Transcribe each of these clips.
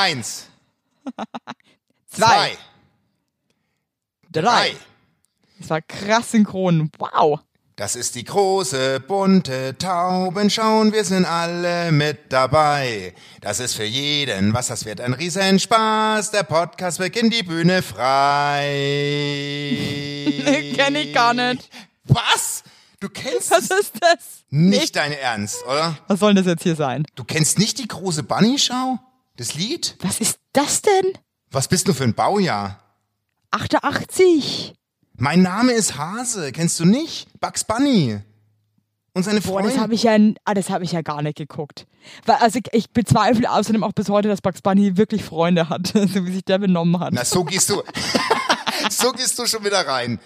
Eins, zwei, Zwei, drei. drei. Das war krass synchron. Wow. Das ist die große bunte Taubenschau, wir sind alle mit dabei. Das ist für jeden was, das wird ein Riesenspaß. Der Podcast beginnt die Bühne frei. nee, kenn ich gar nicht. Was? Du kennst Was ist das? nicht dein Ernst, oder? Was soll denn das jetzt hier sein? Du kennst nicht die große Bunny-Schau? Das Lied? Was ist das denn? Was bist du für ein Baujahr? 88. Mein Name ist Hase, kennst du nicht? Bugs Bunny. Und seine Boah, das Freundin. habe ich ja, ah, das habe ich ja gar nicht geguckt. Weil, also ich bezweifle außerdem auch bis heute, dass Bugs Bunny wirklich Freunde hat, so wie sich der benommen hat. Na, so gehst du. so gehst du schon wieder rein.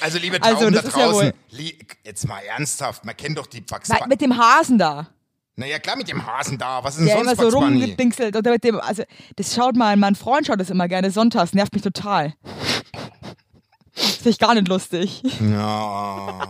Also, liebe Also, Tauben das da ist ja draußen, wohl- li- jetzt mal ernsthaft, man kennt doch die Bugs Weil, Bunny. mit dem Hasen da, Naja, klar, mit dem Hasen da. Was ist denn der immer sonst so Bugs Bunny? rumgedingselt oder mit dem, also das schaut mal, mein Freund schaut das immer gerne sonntags, nervt mich total. Das Finde ich gar nicht lustig. Ja.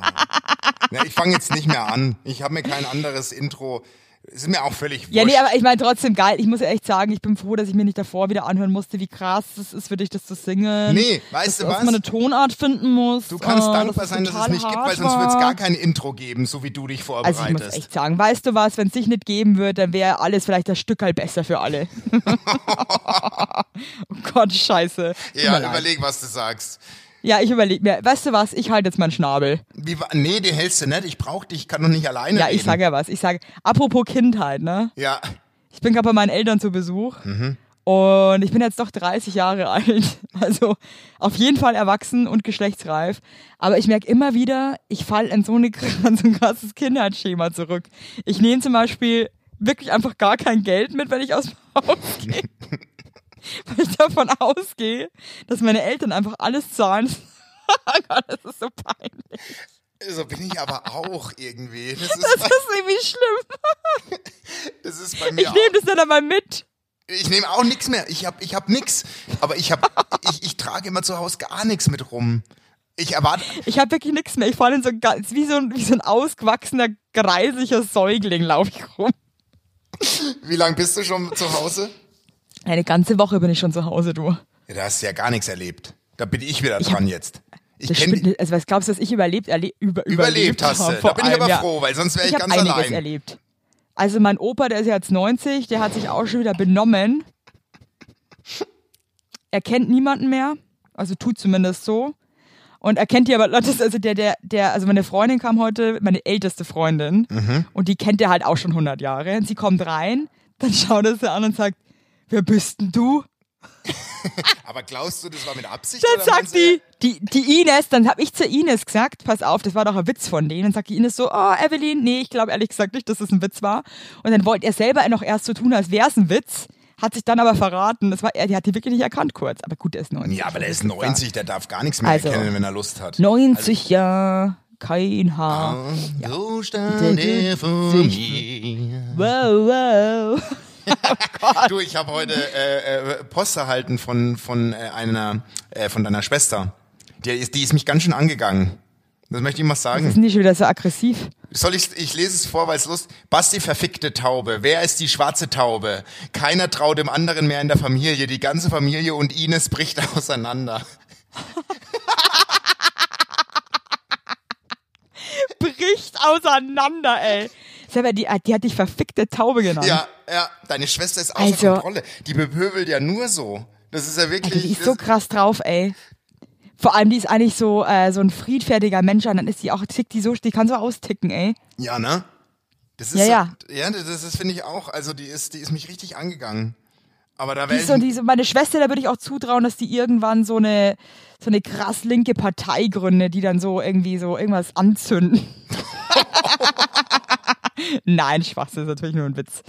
ja, ich fange jetzt nicht mehr an. Ich habe mir kein anderes Intro. Ist mir auch völlig wurscht. Ja, nee, aber ich meine trotzdem geil. Ich muss ja echt sagen, ich bin froh, dass ich mir nicht davor wieder anhören musste, wie krass es ist für dich, das zu singen. Nee, weißt du dass was? man eine Tonart finden muss. Du kannst äh, dankbar sein, dass es total mich gibt, hart weil sonst wird es war. gar kein Intro geben, so wie du dich vorbereitest. Also ich muss echt sagen, weißt du was, wenn es dich nicht geben würde, dann wäre alles vielleicht das Stück halt besser für alle. oh Gott, scheiße. Tut ja, mir leid. überleg, was du sagst. ja, ich überlege mir, weißt du was, ich halte jetzt meinen Schnabel. Wie, wa- nee, die hältst du nicht. Ich brauch dich, ich kann doch nicht alleine Ja, reden. ich sage ja was. Ich sage, apropos Kindheit, ne? Ja, Ich bin gerade bei meinen Eltern zu Besuch. Und ich bin jetzt doch 30 Jahre alt. Also auf jeden Fall erwachsen und geschlechtsreif. Aber ich merke immer wieder, ich falle in so, eine, in so ein krasses Kindheitsschema zurück. Ich nehme zum Beispiel wirklich einfach gar kein Geld mit, wenn ich aus dem Haus gehe. Weil ich davon ausgehe, dass meine Eltern einfach alles zahlen. Oh Gott, das ist so peinlich. so bin ich aber auch irgendwie. Das ist, Das bei, ist irgendwie schlimm. das ist bei mir Ich nehme das dann einmal mit. auch. Ich nehme auch nichts mehr. Ich hab, ich hab nix. Aber ich hab, ich, ich trage immer zu Hause gar nichts mit rum. Ich erwarte, Ich habe wirklich nichts mehr. Ich falle in so ein ganz, wie so ein, wie so ein ausgewachsener, greisiger Säugling laufe ich rum. wie lange bist du schon zu Hause? Eine ganze Woche bin ich schon zu Hause, du. Ja, da hast du ja gar nichts erlebt. Da bin ich wieder dran jetzt. Ich Das kenn, stimmt nicht. also was glaubst du, dass ich überlebt, erle über, überlebt hast habe du. Da vor bin ich allem, aber ja. froh, weil sonst wäre ich, ich habe ganz einiges allein. erlebt. Also mein Opa, der ist ja jetzt 90, der hat sich auch schon wieder benommen. Er kennt niemanden mehr, also tut zumindest so. Und er kennt die aber, das ist also der, der, der, also meine Freundin kam heute, meine älteste Freundin, Mhm. und die kennt er halt auch schon 100 Jahre. Und sie kommt rein, dann schaut er sie an und sagt, wer bist denn du? Aber glaubst du, das war mit Absicht? Dann oder sagt meinst du- die, die, die Ines, dann habe ich zur Ines gesagt, pass auf, das war doch ein Witz von denen. Dann sagt die Ines so, oh, Evelyn, nee, ich glaube ehrlich gesagt nicht, dass es ein Witz war. Und dann wollte er selber noch erst so tun, als wäre es ein Witz, hat sich dann aber verraten. Das war, er, die hat die wirklich nicht erkannt kurz. Aber gut, der ist 90. Ja, aber der Was ist willst du 90, der darf gar nichts mehr Also, erkennen, wenn er Lust hat. sagen? 90, Also- ja, kein Ah. Haar. So stand er vor mir. Wow, wow. Du, ich habe heute äh, äh, Post erhalten von von äh, einer äh, von deiner Schwester. Die ist, die ist mich ganz schön angegangen. Das möchte ich mal sagen. Sind die schon wieder so aggressiv? Soll ich ich lese es vor, weil es Lust. Basti verfickte Taube. Wer ist die schwarze Taube? Keiner traut dem anderen mehr in der Familie. Die ganze Familie und Ines bricht auseinander. Bricht auseinander, ey. Sag mal, die, die hat dich verfickte Taube genannt. Ja, ja, deine Schwester ist außer Also- Kontrolle. Die bepöbelt ja nur so. Das ist ja Alter, wirklich die Äh, ist das- so krass drauf, ey. Vor allem, die ist eigentlich so, äh, so ein friedfertiger Mensch, und dann ist die auch, tickt die so, die kann so austicken, ey. Ja, ne? Das ist Ja, so, ja. das, das finde ich auch. Also die ist, die ist mich richtig angegangen. Aber da Die wäre ist so, ich, die ist so, meine Schwester, da würde ich auch zutrauen, dass die irgendwann so eine, so eine krass linke Partei gründet, die dann so irgendwie so irgendwas anzünden. Nein, Spaß, das ist natürlich nur ein Witz.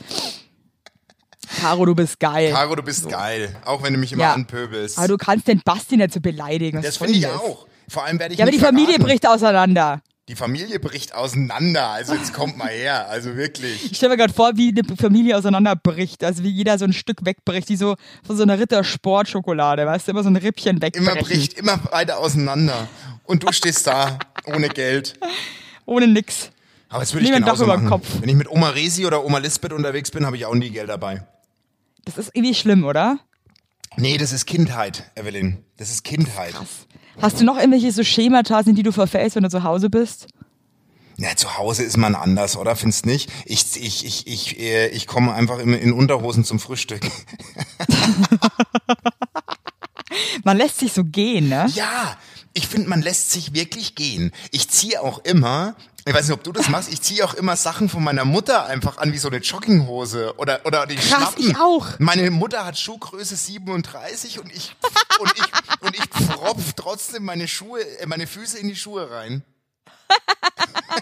Caro, du bist geil. Caro, du bist geil, auch wenn du mich immer Ja. anpöbelst. Aber du kannst den Basti nicht so beleidigen. was das soll finde ich das? auch. Vor allem werde ich Ja, aber die nicht Familie verraten. bricht auseinander. Die Familie bricht auseinander. Also jetzt kommt mal her. Also wirklich. Ich stelle mir gerade vor, wie eine Familie auseinanderbricht, also wie jeder so ein Stück wegbricht, wie so von so einer Ritter-Sportschokolade, weißt du, immer so ein Rippchen wegbrechen. Immer bricht immer weiter auseinander. Und du stehst da ohne Geld. Ohne nix. Aber das würde ich Nimm ein genauso Dach über den machen. Kopf. Wenn ich mit Oma Resi oder Oma Lisbeth unterwegs bin, habe ich auch nie Geld dabei. Das ist irgendwie schlimm, oder? Nee, das ist Kindheit, Evelyn. Das ist Kindheit. Hast du noch irgendwelche so Schemata, in die du verfällst, wenn du zu Hause bist? Na, zu Hause ist man anders, oder? Findest nicht? Ich, ich, ich, ich, äh, ich komme einfach in, in Unterhosen zum Frühstück. Man lässt sich so gehen, ne? Ja, ich finde, man lässt sich wirklich gehen. Ich ziehe auch immer, ich weiß nicht, ob du das machst, ich ziehe auch immer Sachen von meiner Mutter einfach an, wie so eine Jogginghose oder, oder die Krass, Schlappen. ich auch. Meine Mutter hat Schuhgröße 37 und ich, und ich, und ich pfropf trotzdem meine Schuhe, äh, meine Füße in die Schuhe rein.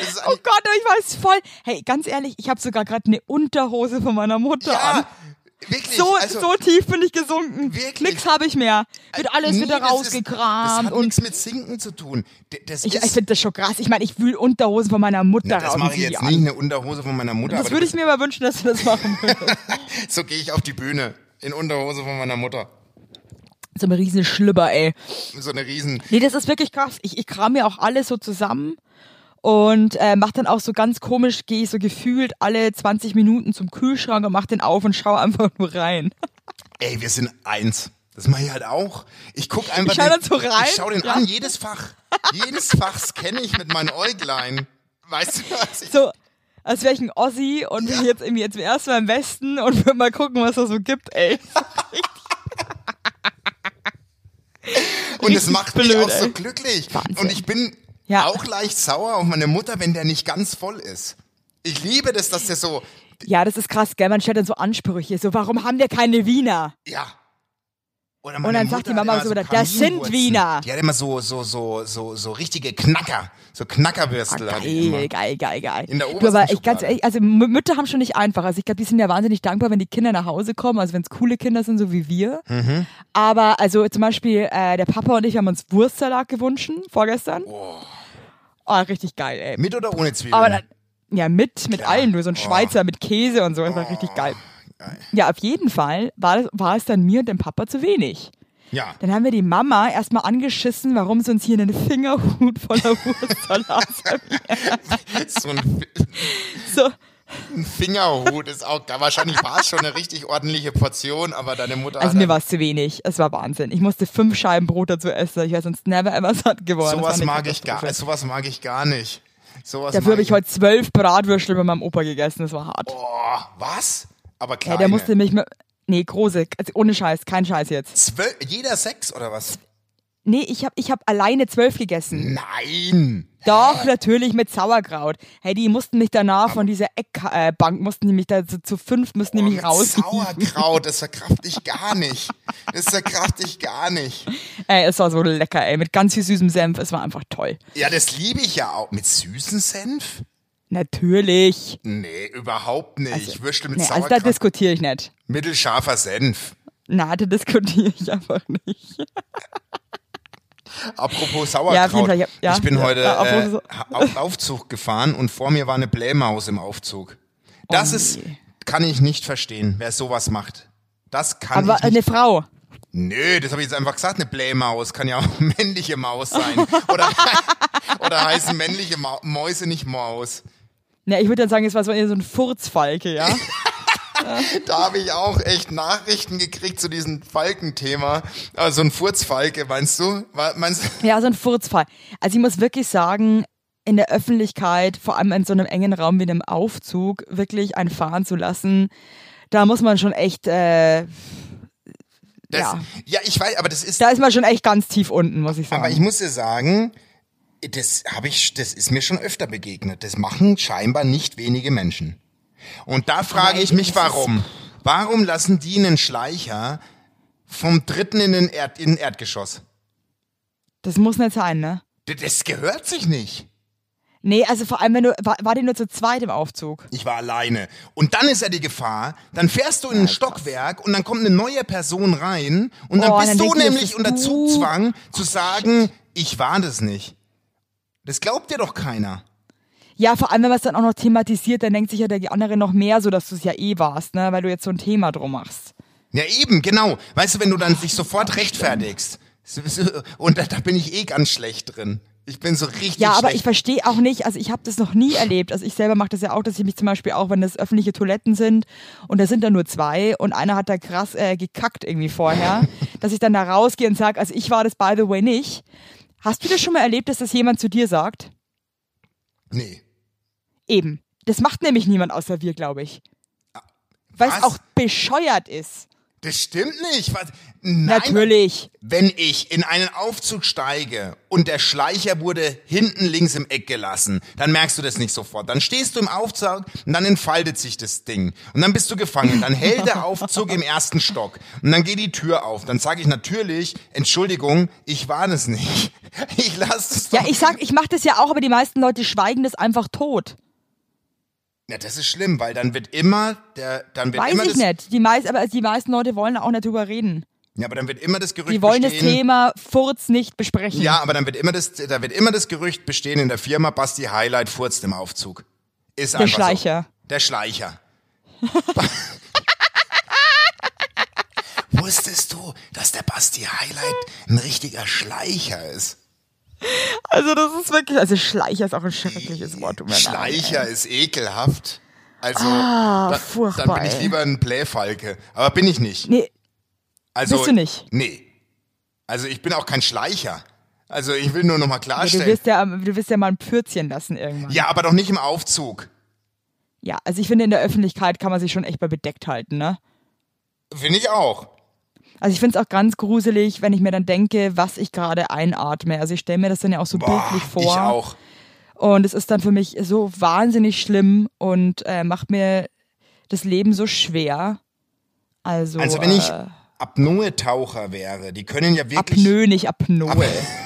Das ist Oh Gott, ich weiß voll. Hey, ganz ehrlich, ich habe sogar gerade eine Unterhose von meiner Mutter an. ja, wirklich. So, also, so tief bin ich gesunken. Wirklich? Äh, Nix habe ich mehr. Wird alles nee, wieder das ist- Das rausgekramt. hat und nichts mit Sinken zu tun. D- Das ich, ist, ich finde das schon krass. Ich meine, ich wühl Unterhosen von meiner Mutter na, raus. das und mache ich zieh die jetzt an. nicht, eine Unterhose von meiner Mutter. Das aber würde ich mir mal wünschen, dass du das machen würdest. So gehe ich auf die Bühne in Unterhose von meiner Mutter. so ein riesen Schlüpper, ey. So eine riesen. Nee, das ist wirklich krass. Ich, ich kram mir auch alles so zusammen und äh, mach dann auch so ganz komisch, gehe ich so gefühlt alle 20 Minuten zum Kühlschrank und mach den auf und schaue einfach nur rein. Ey, wir sind eins. Das mache ich halt auch. Ich guck einfach. Ich schau den- dann so rein, Ich schau den ja. an, jedes Fach. Jedes Fach scanne ich mit meinen Äuglein. Weißt du was? Ich, So, als wäre ich ein Ossi und bin jetzt irgendwie jetzt erst mal im Westen und würde mal gucken, was da so gibt, ey. und es richtig macht mich blöd, auch so ey. glücklich. Wahnsinn. Und ich bin Ja. auch leicht sauer auf meine Mutter, wenn der nicht ganz voll ist. Ich liebe das, dass der so. Ja, das ist krass, gell? Man stellt dann so Ansprüche, so, warum haben wir keine Wiener? Ja. Oder Und dann sagt die Mama so wieder, das sind Kaminwurzen. Wiener. Die hat immer so, so, so, so, so richtige Knacker. So Knackerbürstel. hat die immer. Geil, geil, geil, geil. In der du, obersten aber ich ganz Schublade. ehrlich, also M- Mütter haben schon nicht einfach. Also ich glaube, die sind ja wahnsinnig dankbar, wenn die Kinder nach Hause kommen, also wenn es coole Kinder sind, so wie wir. Mhm. Aber also zum Beispiel äh, der Papa und ich haben uns Wurstsalat gewünscht vorgestern. Oh, richtig geil, ey. Mit oder ohne Zwiebeln? Aber dann, ja, mit, mit Klar. allen, nur so ein Oh. Schweizer mit Käse und so, das war richtig geil. Ja, auf jeden Fall war, das- war es dann mir und dem Papa zu wenig. ja. Dann haben wir die Mama erstmal angeschissen, warum sie uns hier einen Fingerhut voller Wurstsalat serviert. So ein, Fi- So, ein Fingerhut ist auch geil. Wahrscheinlich war es schon eine richtig ordentliche Portion, aber deine Mutter Also hat mir war es zu wenig. Es war Wahnsinn. Ich musste fünf Scheiben Brot dazu essen. Ich wäre sonst never ever satt geworden. Das sowas war eine mag ich gar, Katastrophe. sowas mag ich gar nicht. Sowas Dafür mag habe ich heute zwölf Bratwürstel bei meinem Opa gegessen. Das war hart. Boah, was? Aber kleine. ja, der musste mich... mit- Nee, große. Also ohne Scheiß. Kein Scheiß jetzt. Zwöl jeder sechs oder was? Nee, ich habe ich hab alleine zwölf gegessen. Nein. Doch, natürlich mit Sauerkraut. Hey, die mussten mich danach von dieser Eckbank, äh, Bank mussten die mich da zu, zu fünf, mussten die Oh, mich mit raus. Sauerkraut, das verkraft ich gar nicht. Das verkraft ich gar nicht. Ey, es war so lecker, ey. Mit ganz viel süßem Senf. Es war einfach toll. Ja, das liebe ich ja auch. Mit süßen Senf? Natürlich. Nee, überhaupt nicht. Also, ich würstel mit Nee, also Sauerkraut. da diskutiere ich nicht. Mittelscharfer Senf. Na, da diskutiere ich einfach nicht. Apropos Ja, auf jeden Sauerkraut. Fall, ja, ja. ich bin Ja, heute ja, äh, apropos auf Aufzug gefahren und vor mir war eine Blähmaus im Aufzug. Das ist, nee. kann ich nicht verstehen, wer sowas macht. Das kann Aber ich nicht. eine Frau. Nö, das habe ich jetzt einfach gesagt, eine Blähmaus. Kann ja auch männliche Maus sein. Oder, oder heißen männliche Ma Mäuse nicht Maus. Na, ich würde dann sagen, es war so eher so ein Furzfalke, ja? Da habe ich auch echt Nachrichten gekriegt zu diesem Falkenthema. Also ein Furzfalke, meinst du? Wa- Meinst du? ja, so ein Furzfall. Also ich muss wirklich sagen, in der Öffentlichkeit, vor allem in so einem engen Raum wie einem Aufzug, wirklich einen fahren zu lassen, da muss man schon echt, äh, Das, Ja. ja, ich weiß, aber das ist da ist man schon echt ganz tief unten, muss ich sagen. Aber ich muss dir sagen, das habe ich, das ist mir schon öfter begegnet. Das machen scheinbar nicht wenige Menschen. Und da frage Nein, ich mich, das ist- warum? Warum lassen die einen Schleicher vom dritten in den Erd, in den Erdgeschoss? das muss nicht sein, ne? D- Das gehört sich nicht. Nee, also vor allem, wenn du, war, war die nur zu zweit im Aufzug? Ich war alleine. Und dann ist ja die Gefahr, dann fährst du in ein Stockwerk und dann kommt eine neue Person rein und dann Oh, bist dann du denken die, das nämlich bist unter du. Oh, Zugzwang zu sagen, ich war das nicht. Das glaubt dir doch keiner. Ja, vor allem, wenn man es dann auch noch thematisiert, dann denkt sich ja der andere noch mehr so, dass du es ja eh warst, ne? Weil du jetzt so ein Thema drum machst. Ja, eben, genau. Weißt du, wenn du dann dich sofort rechtfertigst. Und da, da bin ich eh ganz schlecht drin. Ich bin so richtig Ja, aber ich schlecht. verstehe auch nicht, also ich habe das noch nie erlebt. Also ich selber mache das ja auch, dass ich mich zum Beispiel auch, wenn das öffentliche Toiletten sind und da sind dann nur zwei und einer hat da krass äh, gekackt irgendwie vorher, dass ich dann da rausgehe und sage, also ich war das by the way nicht. Hast du das schon mal erlebt, dass das jemand zu dir sagt? nee. Eben. Das macht nämlich niemand außer wir, glaube ich. Weil es Ah, was? auch bescheuert ist. Das stimmt nicht. Was? Nein, Natürlich. Wenn ich in einen Aufzug steige und der Schleicher wurde hinten links im Eck gelassen, dann merkst du das nicht sofort. Dann stehst du im Aufzug und dann entfaltet sich das Ding. Und dann bist du gefangen. Dann hält der Aufzug im ersten Stock. Und dann geht die Tür auf. Dann sage ich natürlich, Entschuldigung, ich war das nicht. Ich lasse es doch. Ja, ich sag, ich mache das ja auch, aber die meisten Leute schweigen das einfach tot. Ja, das ist schlimm, weil dann wird immer der, dann wird Weiß immer ich das, nicht. Die meist, aber die meisten Leute wollen auch nicht drüber reden. Ja, aber dann wird immer das Gerücht Die wollen das bestehen. Thema Furz nicht besprechen. Ja, aber dann wird immer das, da wird immer das Gerücht bestehen in der Firma, Basti Highlight furzt im Aufzug. Ist Der einfach Schleicher. So. Der Schleicher. Wusstest du, dass der Basti Highlight ein richtiger Schleicher ist? Also das ist wirklich, also Schleicher ist auch ein schreckliches Wort. tut mir leid. Schleicher ist ekelhaft. Also, Ah, da, dann furchtbar, bin ich ey. lieber ein Blähfalke. Aber bin ich nicht. Nee, Also, Bist du nicht? Nee. Also ich bin auch kein Schleicher. Also ich will nur nochmal du klarstellen. wirst, ja, du wirst ja mal ein Pürzchen lassen irgendwann. ja, aber doch nicht im Aufzug. ja, also ich finde, in der Öffentlichkeit kann man sich schon echt mal bedeckt halten, ne? Finde ich auch. Also ich finde es auch ganz gruselig, wenn ich mir dann denke, was ich gerade einatme. Also ich stelle mir das dann ja auch so bildlich vor. Ich auch. Und es ist dann für mich so wahnsinnig schlimm und äh, macht mir das Leben so schwer. Also, Also wenn ich äh, Apnoe-Taucher wäre, die können ja wirklich... Apnoe, nicht Apnoe.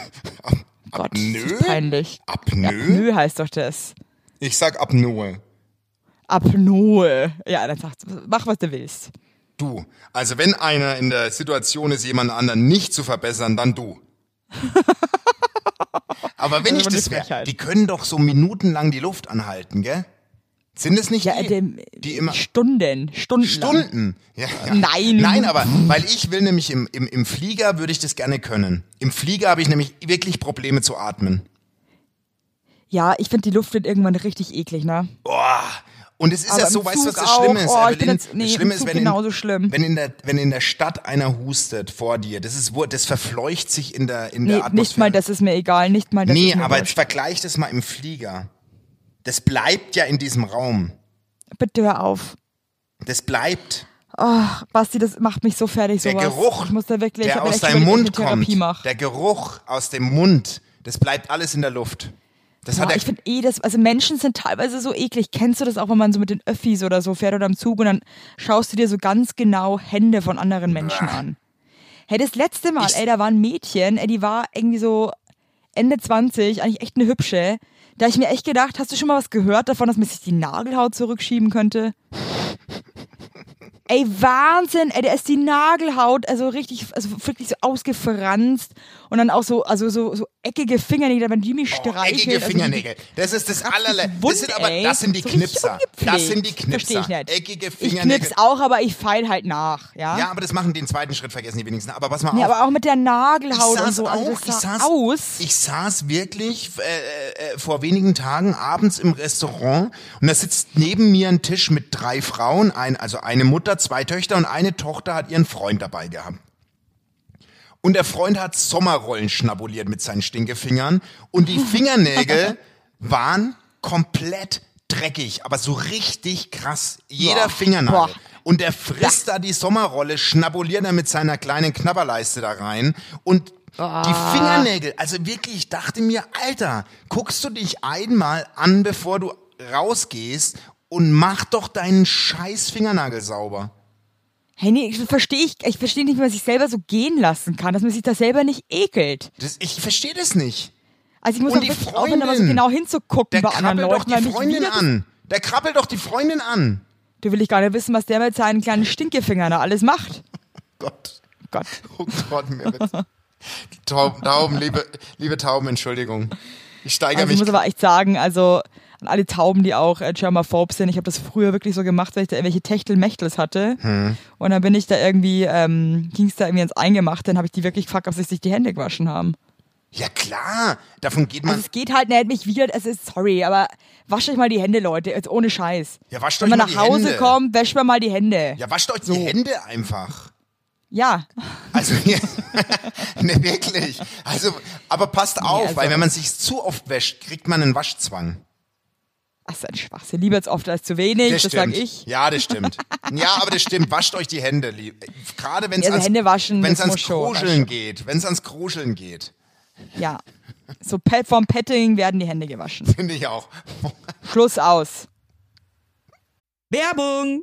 Oh Gott, das Apnoe? ist peinlich. Apnoe? Apnoe heißt doch das. Ich sag Apnoe. Apnoe. Ja, dann sagst du, mach, was du willst. Du. Also wenn einer in der Situation ist, jemand anderen nicht zu verbessern, dann du. Aber wenn ich Das ist aber eine das wäre, Frechheit. die können doch so minutenlang die Luft anhalten, gell? Sind es nicht Ja, äh, die, dem, die immer... Stunden, Stunden. Stunden. Ja, ja. Nein. Nein, aber weil ich will nämlich im, im, im Flieger würde ich das gerne können. Im Flieger habe ich nämlich wirklich Probleme zu atmen. Ja, ich finde, die Luft wird irgendwann richtig eklig, ne? Boah. Und es ist Aber ja im so, weißt du, was das Zug Schlimme auch. ist? Oh, ich Evelyn? bin jetzt- nee, das Schlimme im Zug ist, wenn in, genauso schlimm. wenn in der wenn in der Stadt einer hustet vor dir, das ist wur- das verfleucht sich in der in der Nee, Atmosphäre. nicht mal das ist mir egal, nicht mal das nee, ist mir aber jetzt wurscht. vergleich das mal im Flieger. Das bleibt ja in diesem Raum. Bitte hör auf. Das bleibt. Basti, das macht mich so fertig, Der sowas. Geruch, ich muss da wirklich, ich der hab mir aus echt deinem überlegt, ob Mund ich eine kommt, Therapie mach. der Geruch aus dem Mund, das bleibt alles in der Luft. Das Ja, hat der, ich finde eh das, also Menschen sind teilweise so eklig. Kennst du das auch, wenn man so mit den Öffis oder so fährt oder im Zug und dann schaust du dir so ganz genau Hände von anderen Menschen an? Hey, das letzte Mal, Ich- ey, da war ein Mädchen, ey, die war irgendwie so Ende 20, eigentlich echt eine hübsche. Da hab ich mir echt gedacht, hast du schon mal was gehört davon, dass man sich die Nagelhaut zurückschieben könnte? Ey, Wahnsinn, ey, der ist die Nagelhaut, also richtig, also wirklich so ausgefranst und dann auch so, also so, so eckige Fingernägel, wenn die mich oh, streichelt. eckige also die- Fingernägel. Das ist das allerletzte. Wund, Das sind aber ey. das sind die So richtig Knipser. ungepflegt. Das sind die Knipser. Versteh ich nicht. Eckige Ich Fingernägel. knips auch, aber ich feil halt nach, ja? Ja, aber das machen den zweiten Schritt vergessen die wenigsten. Aber pass mal Nee, auf. aber auch mit der ich Nagelhaut und saß so. auch, also das ich sah saß, aus. ich saß wirklich äh, äh, vor wenigen Tagen abends im Restaurant und da sitzt neben mir ein Tisch mit drei Frauen, ein, also eine Mutter, zwei Töchter und eine Tochter hat ihren Freund dabei gehabt. Und der Freund hat Sommerrollen schnabuliert mit seinen Stinkefingern. Und die Fingernägel waren komplett dreckig, aber so richtig krass. Jeder Boah. Fingernagel. Boah. Und der frisst da die Sommerrolle, schnabuliert er mit seiner kleinen Knabberleiste da rein. Und Ah. die Fingernägel, also wirklich, ich dachte mir, Alter, guckst du dich einmal an, bevor du rausgehst und mach doch deinen scheiß Fingernagel sauber. Hey, nee, ich verstehe ich, ich versteh nicht, wie man sich selber so gehen lassen kann, dass man sich da selber nicht ekelt. Das, ich verstehe das nicht. Also ich muss Und auch die wirklich aufhören, da mal so Freundin. genau hinzugucken Der bei anderen krabbelt doch Leuten. weil die mich Freundin wieder- an. Der krabbelt doch die Freundin an. Du will ich gar nicht wissen, was der mit seinen kleinen Stinkefingern da alles macht. Gott. Gott. Oh Gott, Merit. Tauben, Tauben liebe, liebe Tauben, Entschuldigung. Ich steigere Also ich muss mich. aber echt sagen, also an alle Tauben, die auch äh, germaphobe sind, ich habe das früher wirklich so gemacht, weil ich da irgendwelche Techtelmechtels hatte. Hm. Und dann bin ich da irgendwie, ähm, ging es da irgendwie ins Eingemachte, dann habe ich die wirklich gefragt, ob sie sich die Hände gewaschen haben. Ja klar, davon geht man. Also es geht halt nicht mich wieder, es ist sorry, aber wascht euch mal die Hände, Leute, jetzt ohne Scheiß. Ja, wascht Wenn euch man mal nach die Hause Hände. kommt, wäscht man mal die Hände. ja, wascht euch die Hände einfach. Ja. Also ne, wirklich. Also, aber passt auf, also- weil wenn man sich zu oft wäscht, kriegt man einen Waschzwang. Ach, ist ein Schwachsinn. Lieber zu oft als zu wenig, das, sag stimmt. ich. Ja, das stimmt. Ja, aber das stimmt. Wascht euch die Hände, lieb. Gerade wenn es Ja, ans, also Hände waschen, wenn's das ans muss schon Kruscheln waschen. geht. Wenn es ans Kruscheln geht. Ja. So Pet vom Petting werden die Hände gewaschen. Finde ich auch. Schluss aus. Werbung!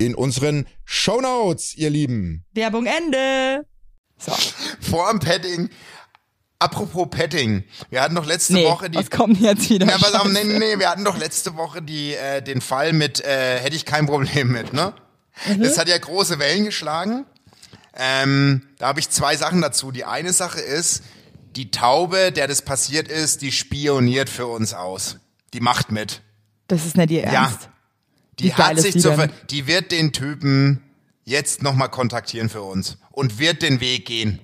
in unseren Shownotes, ihr Lieben. Werbung Ende! So. Vor dem Padding. Apropos Padding. Wir hatten doch letzte Nee, Woche die was kommt jetzt wieder? Na, pass auf, Scheiße. nee, nee, nee, wir hatten doch letzte Woche die, äh, den Fall mit, äh, hätte ich kein Problem mit, ne? Mhm. Das hat ja große Wellen geschlagen. Ähm, da habe ich zwei Sachen dazu. Die eine Sache ist, die Taube, der das passiert ist, die spioniert für uns aus. Die macht mit. Das ist nicht ihr Ernst. Ja. Die Wie geil hat ist sich die zur denn? Ver die wird den Typen jetzt nochmal kontaktieren für uns und wird den Weg gehen.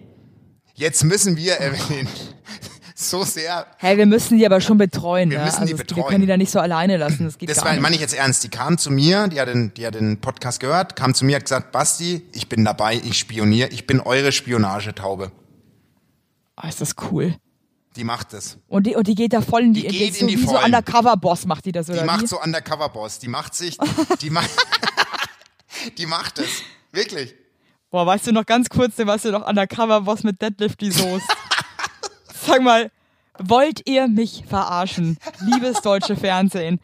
Jetzt müssen wir erwähnen. So sehr Hey, wir müssen die aber schon betreuen. Wir ne? müssen die also es- betreuen. Wir können die da nicht so alleine lassen. Das geht Das gar war, nicht. meine ich jetzt ernst. Die kam zu mir, die hat, den, die hat den Podcast gehört, kam zu mir, hat gesagt, Basti, ich bin dabei, ich spioniere, ich bin eure Spionagetaube. Ah, ist das cool. Die macht es. Und die, und die geht da voll in die, Die geht so, in die wie so Vollen. Undercover-Boss macht die das, Die oder wie? macht so Undercover-Boss. Die macht sich, die macht, die macht es. Wirklich. Boah, weißt du noch ganz kurz, du warst ja noch Undercover-Boss mit Deadlift die Soße. Sag mal, wollt ihr mich verarschen? Liebes deutsche Fernsehen.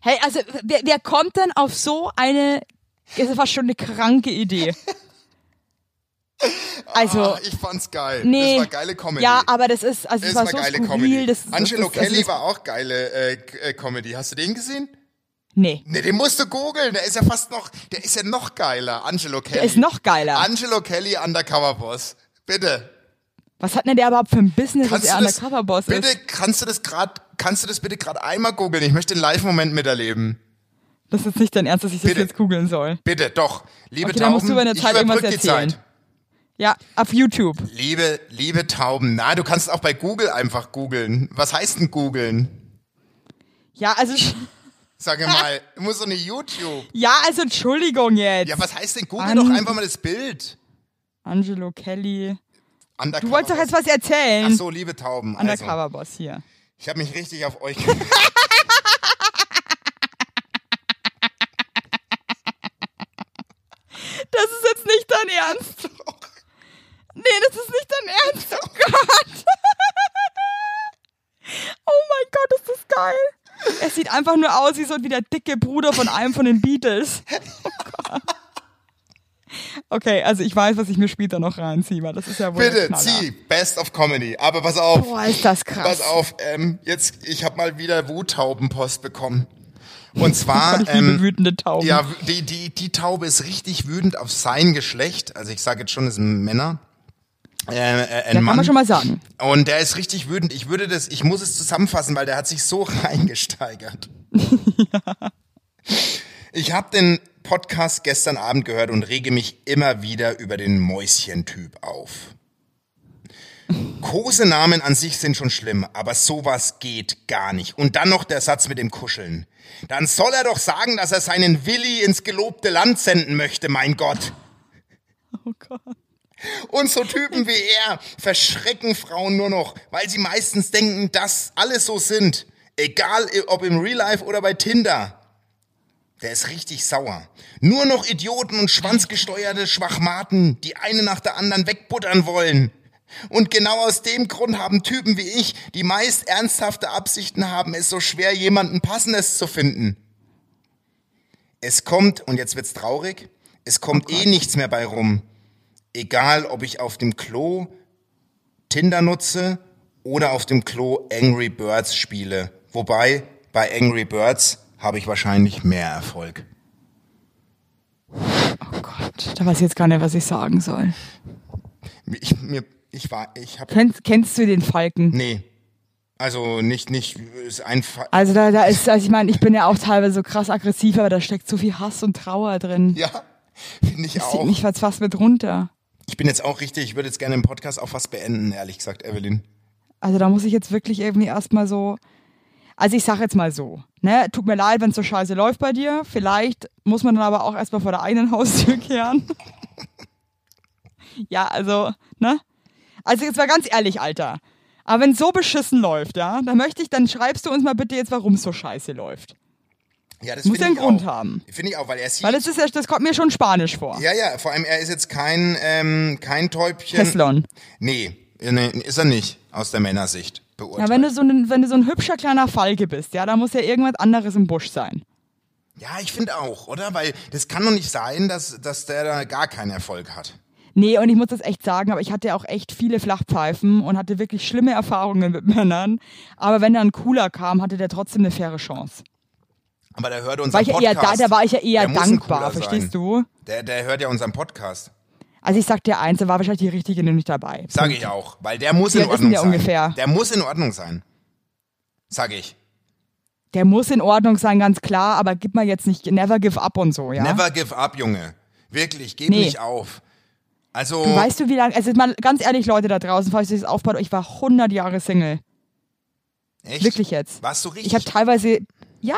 Hey, also, wer, wer kommt denn auf so eine, ist ja fast schon eine kranke Idee? Also, Ah, ich fand's geil. nee. Das war geile Comedy. Ja, aber das ist, also, das es war, war, so geile skurril, Comedy. Das, das, Angelo das, das, Kelly ist- war auch geile äh, K- äh, Comedy. Hast du den gesehen? Nee. Nee, den musst du googeln. Der ist ja fast noch, der ist ja noch geiler. Angelo Kelly. ist noch geiler. Angelo Kelly, Undercover-Boss. Bitte. Was hat denn der überhaupt für ein Business, Kannst dass er du das- Undercover-Boss Bitte, ist? kannst du das gerade, kannst du das bitte gerade einmal googeln? Ich möchte den Live-Moment miterleben. Das ist nicht dein Ernst, dass ich das Bitte. jetzt googeln soll. Bitte, doch. Liebe Okay, dann musst Tauben, du über eine ich Zeit irgendwas überbrück die erzählen. Zeit. Ja, auf YouTube. Liebe, liebe Tauben, na, du kannst auch bei Google einfach googeln. Was heißt denn googeln? Ja, also, sch- Sag mal, muss so eine YouTube. ja, also, Entschuldigung jetzt. Ja, was heißt denn googeln? An- Doch einfach mal das Bild. Angelo Kelly. Undercover. Du wolltest doch jetzt was erzählen. Ach so, liebe Tauben. Also, Undercover-Boss hier. ich habe mich richtig auf euch. Das ist jetzt nicht dein Ernst. Oh Nee, das ist nicht dein Ernst. Oh Gott. Oh mein Gott, ist das geil. Es sieht einfach nur aus halt wie so wie der dicke Bruder von einem von den Beatles. Oh Gott. Okay, also ich weiß, was ich mir später noch reinziehe, weil das ist ja wohl der Bitte, Knaller. zieh. Best of Comedy. Aber pass auf. Boah, ist das krass. Pass auf, ähm, jetzt, ich habe mal wieder Wuttaubenpost bekommen. Und zwar, Liebe ähm, wütende Tauben. ja, die, die, die Taube ist richtig wütend auf sein Geschlecht. Also ich sage jetzt schon, es sind Männer. Äh, äh, ein da kann Mann. man schon mal sagen. Und der ist richtig wütend. Ich würde das, ich muss es zusammenfassen, weil der hat sich so reingesteigert. Ich habe den Podcast gestern Abend gehört und rege mich immer wieder über den Mäuschentyp auf. Kosenamen an sich sind schon schlimm, aber sowas geht gar nicht. Und dann noch der Satz mit dem Kuscheln. Dann soll er doch sagen, dass er seinen Willi ins gelobte Land senden möchte, mein Gott. Oh Gott. Und so Typen wie er verschrecken Frauen nur noch, weil sie meistens denken, dass alle so sind. Egal ob im Real Life oder bei Tinder. Der ist richtig sauer. Nur noch Idioten und schwanzgesteuerte Schwachmaten, die eine nach der anderen wegbuttern wollen. Und genau aus dem Grund haben Typen wie ich, die meist ernsthafte Absichten haben, es so schwer, jemanden Passendes zu finden. Es kommt, und jetzt wird's traurig, es kommt eh nichts mehr bei rum. Egal, ob ich auf dem Klo Tinder nutze oder auf dem Klo Angry Birds spiele. Wobei, bei Angry Birds habe ich wahrscheinlich mehr Erfolg. Oh Gott. Da weiß ich jetzt gar nicht, was ich sagen soll. Ich, mir, ich war, ich habe, Kennst, kennst du den Falken? nee. Also nicht, nicht, ist ein, Fa Also da, da ist, also ich meine, ich bin ja auch teilweise so krass aggressiv, aber da steckt so viel Hass und Trauer drin. ja, finde ich das zieht auch. mich jetzt fast mit runter. Ich bin jetzt auch richtig, ich würde jetzt gerne den Podcast auch fast beenden, ehrlich gesagt, Evelyn. Also da muss ich jetzt wirklich irgendwie erstmal so. Also ich sag jetzt mal so, ne, tut mir leid, wenn so scheiße läuft bei dir. Vielleicht muss man dann aber auch erstmal vor der eigenen Haustür kehren. ja, also, ne? Also jetzt mal ganz ehrlich, Alter. Aber wenn so beschissen läuft, ja, dann möchte ich, dann schreibst du uns mal bitte jetzt, warum so scheiße läuft. Ja, das Muss finde ja einen ich Grund auch. haben. Finde ich auch, weil er ist Weil das ist ja, das kommt mir schon spanisch vor. ja, ja, vor allem er ist jetzt kein, ähm, kein Täubchen. Teslon. Nee, nee, ist er nicht, aus der Männersicht beurteilt. Ja, wenn du, so ein, wenn du so ein hübscher kleiner Falke bist, ja, da muss ja irgendwas anderes im Busch sein. Ja, ich finde auch, oder? Weil das kann doch nicht sein, dass, dass der da gar keinen Erfolg hat. Nee, und ich muss das echt sagen, aber ich hatte auch echt viele Flachpfeifen und hatte wirklich schlimme Erfahrungen mit Männern. Aber wenn dann ein cooler kam, hatte der trotzdem eine faire Chance. Aber der hört unseren War ich ja eher Podcast. da, da war ich ja eher Der muss ein dankbar, Cooler sein. verstehst du? Der, der hört ja unseren Podcast. Also ich sag dir eins, da war wahrscheinlich die richtige nur nicht dabei. Sag ich auch, weil der muss Wie in alt ist Ordnung denn der sein. ungefähr? Der muss in Ordnung sein. Sag ich. Der muss in Ordnung sein, ganz klar, aber gib mal jetzt nicht never give up und so, ja. Never give up, Junge. Wirklich, gib Nee. nicht auf. Also, Du weißt du, wie lange, also mal ganz ehrlich, Leute da draußen, falls ihr das aufbaut, ich war 100 Jahre Single. echt? Wirklich jetzt. Warst du richtig? Ich habe teilweise, ja,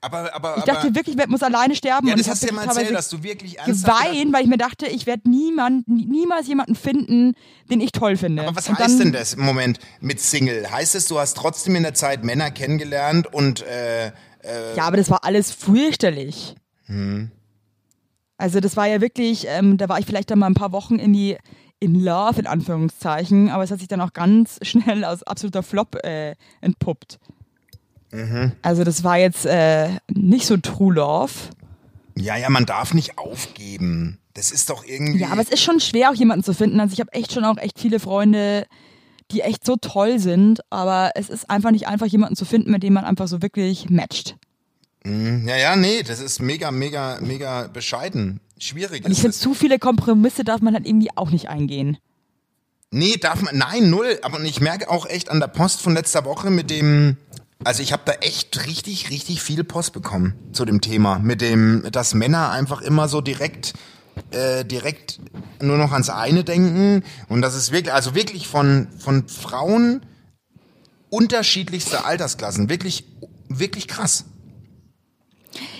aber, aber, ich aber, dachte wirklich, ich muss alleine sterben. ja, und das ich hab hast du ja mal wirklich erzählt, teilweise dass du wirklich ernsthaft gedacht- geweint, weil ich mir dachte, ich werde niemand, nie- niemals jemanden finden, den ich toll finde. Aber was Und heißt denn dann- das im Moment mit Single? Heißt es, du hast trotzdem in der Zeit Männer kennengelernt und äh, Ja, aber das war alles fürchterlich. Hm. Also das war ja wirklich, ähm, da war ich vielleicht dann mal ein paar Wochen in die in Love in Anführungszeichen, aber es hat sich dann auch ganz schnell als absoluter Flop äh, entpuppt. Mhm. Also das war jetzt äh, nicht so True Love. ja, ja, man darf nicht aufgeben. Das ist doch irgendwie. Ja, aber es ist schon schwer, auch jemanden zu finden. Also ich habe echt schon auch echt viele Freunde, die echt so toll sind, aber es ist einfach nicht einfach, jemanden zu finden, mit dem man einfach so wirklich matcht. ja, ja, nee, das ist mega, mega, mega bescheiden. Schwierig Und ich ist finde, es. zu viele Kompromisse darf man halt irgendwie auch nicht eingehen. Nee, darf man. Nein, null. Aber und ich merke auch echt an der Post von letzter Woche mit dem. Also ich habe da echt richtig, richtig viel Post bekommen zu dem Thema. Mit dem, dass Männer einfach immer so direkt, äh, direkt nur noch ans eine denken. Und das ist wirklich, also wirklich von, von Frauen unterschiedlichster Altersklassen. Wirklich, wirklich krass.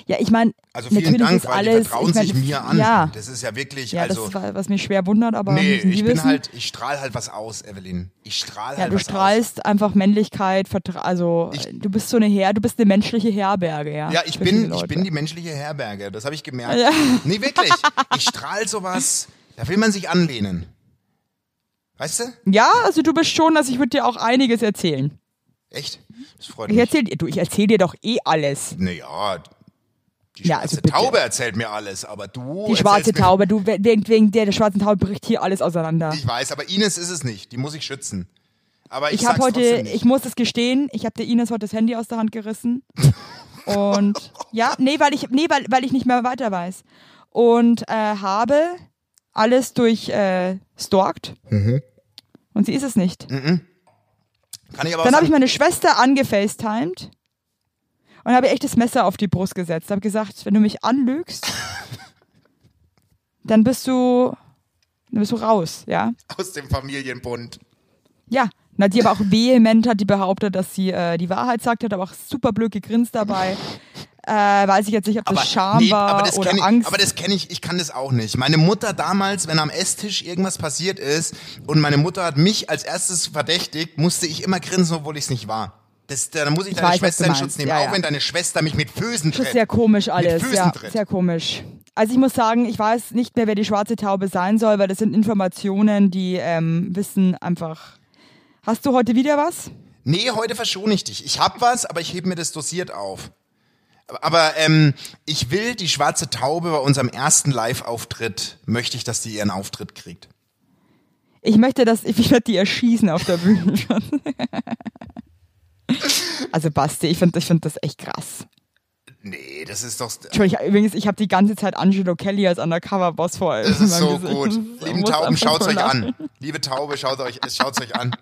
Ja, ich meine, Also vielen natürlich Dank, ist weil alles. die vertrauen ich mein, sich mir an. Ja, Das ist ja wirklich, ja also. das war, was mich schwer wundert, aber Nee, müssen die ich bin wissen. halt, ich strahle halt was aus, Evelyn. Ich strahle ja, halt du was aus. strahlst einfach Männlichkeit, Vertra- also Ich- du bist so eine Her, du bist eine menschliche Herberge, ja. Ja, ich für viele bin, ich Leute. bin die menschliche Herberge. Das habe ich gemerkt. Ja. Nee, wirklich. Ich strahle sowas. Da will man sich anlehnen. Weißt du? Ja, also du bist schon, also ich würde dir auch einiges erzählen. Echt? Das freut Ich mich. erzähl dir, du, ich erzähl dir doch eh alles. Naja, die Ja, also schwarze bitte. Taube erzählt mir alles, aber du. Die schwarze erzählst Oh, mir- Taube, du, wegen, wegen der, der schwarzen Taube bricht hier alles auseinander. Ich weiß, aber Ines ist es nicht. Die muss ich schützen. Aber ich, Ich, hab sag's habe heute, trotzdem nicht. ich muss es gestehen, ich habe der Ines heute das Handy aus der Hand gerissen. Und ja, nee, weil ich, nee, weil, weil ich nicht mehr weiter weiß. Und äh, habe alles durch äh, stalkt. Mhm. Und sie ist es nicht. Kann ich aber Dann auch habe ich sagen, meine Schwester angefacetimed und habe ihr echt das Messer auf die Brust gesetzt. Habe gesagt, wenn du mich anlügst, dann bist du, dann bist du raus, ja. Aus dem Familienbund. Ja, na, die aber auch vehement hat die behauptet, dass sie äh, die Wahrheit sagt, hat aber auch super blöd gegrinst dabei. Äh, weiß ich jetzt nicht, ob das Scham nee, war aber das oder kenn ich, Angst. Aber das kenne ich, ich kann das auch nicht. Meine Mutter damals, wenn am Esstisch irgendwas passiert ist und meine Mutter hat mich als erstes verdächtigt, musste ich immer grinsen, obwohl ich es nicht war. Das, da muss ich deine weiß, was Schwester du in meinst. Schutz nehmen, Ja, auch ja. wenn deine Schwester mich mit Fösen Schon tritt. sehr komisch alles, Füßen ja, tritt. sehr komisch. Also ich muss sagen, ich weiß nicht mehr, wer die schwarze Taube sein soll, weil das sind Informationen, die ähm, wissen einfach. Hast du heute wieder was? Nee, heute verschone ich dich. Ich hab was, aber ich heb mir das dosiert auf. Aber- Aber ähm, ich will die schwarze Taube bei unserem ersten Live-Auftritt, möchte ich, dass die ihren Auftritt kriegt. Ich möchte, dass ich, ich werde die erschießen auf der Bühne. also Basti, ich finde ich find das echt krass. Nee, das ist doch... Entschuldigung, ich, übrigens, ich habe die ganze Zeit Angelo Kelly als Undercover-Boss vor allem. Das ist so gut. Lieben Tauben, schaut's euch an. an. Liebe Taube, schaut euch, es schaut's euch an.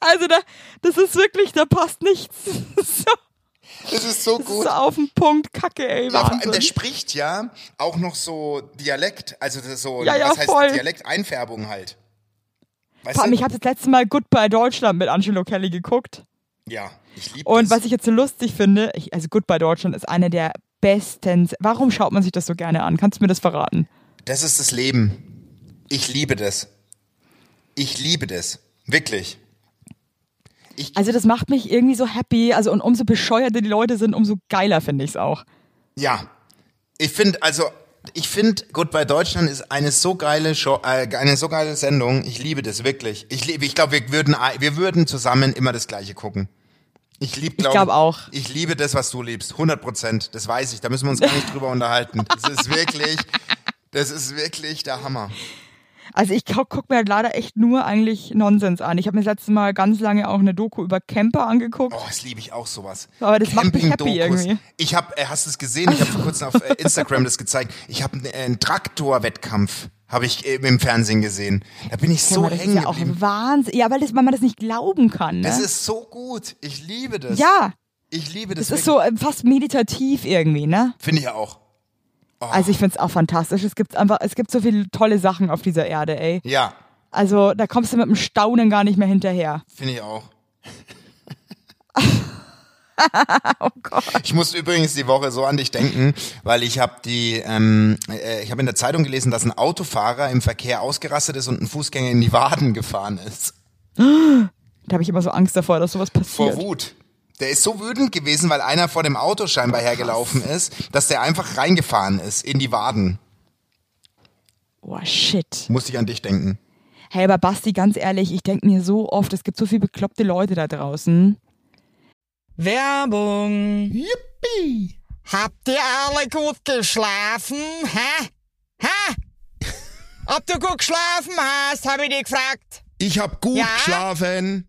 Also da, das ist wirklich, da passt nichts. Das Das ist so, ist so das ist gut. so auf den Punkt, Kacke, ey. Ja, vor allem, der Wahnsinn. spricht ja auch noch so Dialekt, also das ist so, Ja, ja, was heißt voll. Dialekt? Einfärbung halt. Weißt Vor allem, du? ich habe das letzte Mal Goodbye Deutschland mit Angelo Kelly geguckt. ja, ich liebe Und das. was ich jetzt so lustig finde, ich, also Goodbye Deutschland ist eine der besten. Se- Warum schaut man sich das so gerne an? Kannst du mir das verraten? Das ist das Leben. Ich liebe das. Ich liebe das. Wirklich. Also das macht mich irgendwie so happy. Also und umso bescheuerter die Leute sind, umso geiler finde ich es auch. Ja. Ich finde, also, ich finde, Goodbye Deutschland ist eine so geile Show, äh, eine so geile Sendung. Ich liebe das wirklich. Ich liebe, ich glaube, wir würden, ei- wir würden zusammen immer das Gleiche gucken. Ich liebe, glaube glaub auch. Ich liebe das, was du liebst. 100 Prozent. Das weiß ich. Da müssen wir uns gar nicht drüber unterhalten. Das ist wirklich, das ist wirklich der Hammer. Also ich gucke mir halt leider echt nur eigentlich Nonsens an. Ich habe mir das letzte Mal ganz lange auch eine Doku über Camper angeguckt. Oh, das liebe ich auch sowas. Aber das macht mich happy Camping-Dokus. irgendwie. Ich habe, äh, hast du es gesehen? Ich habe vor kurzem auf äh, Instagram das gezeigt. Ich habe einen, äh, einen Traktor-Wettkampf habe ich äh, im Fernsehen gesehen. Da bin ich so Mann, das ist hängen ja auch geblieben. Wahnsinn. Ja, weil, das, weil man das nicht glauben kann. Ne? Das ist so gut. Ich liebe das. ja, Ich liebe das. das ist so äh, fast meditativ irgendwie, ne? Finde ich auch. Also ich find's auch fantastisch. Es gibt einfach, es gibt so viele tolle Sachen auf dieser Erde, ey. Ja, Also da kommst du mit dem Staunen gar nicht mehr hinterher. finde ich auch. Oh Gott. Ich musste übrigens die Woche so an dich denken, weil ich habe die, ähm, äh, ich habe in der Zeitung gelesen, dass ein Autofahrer im Verkehr ausgerastet ist und ein Fußgänger in die Waden gefahren ist. Da habe ich immer so Angst davor, dass sowas Vor passiert. Wut. Der ist so wütend gewesen, weil einer vor dem Auto scheinbar hergelaufen ist, dass der einfach reingefahren ist in die Waden. Oh shit. Musste ich an dich denken. Hey, aber Basti, ganz ehrlich, ich denk mir so oft, es gibt so viele bekloppte Leute da draußen. Werbung. Yippie! Habt ihr alle gut geschlafen? Hä? Hä? Ob du gut geschlafen hast, habe ich dich gefragt. Ich hab gut Ja? geschlafen.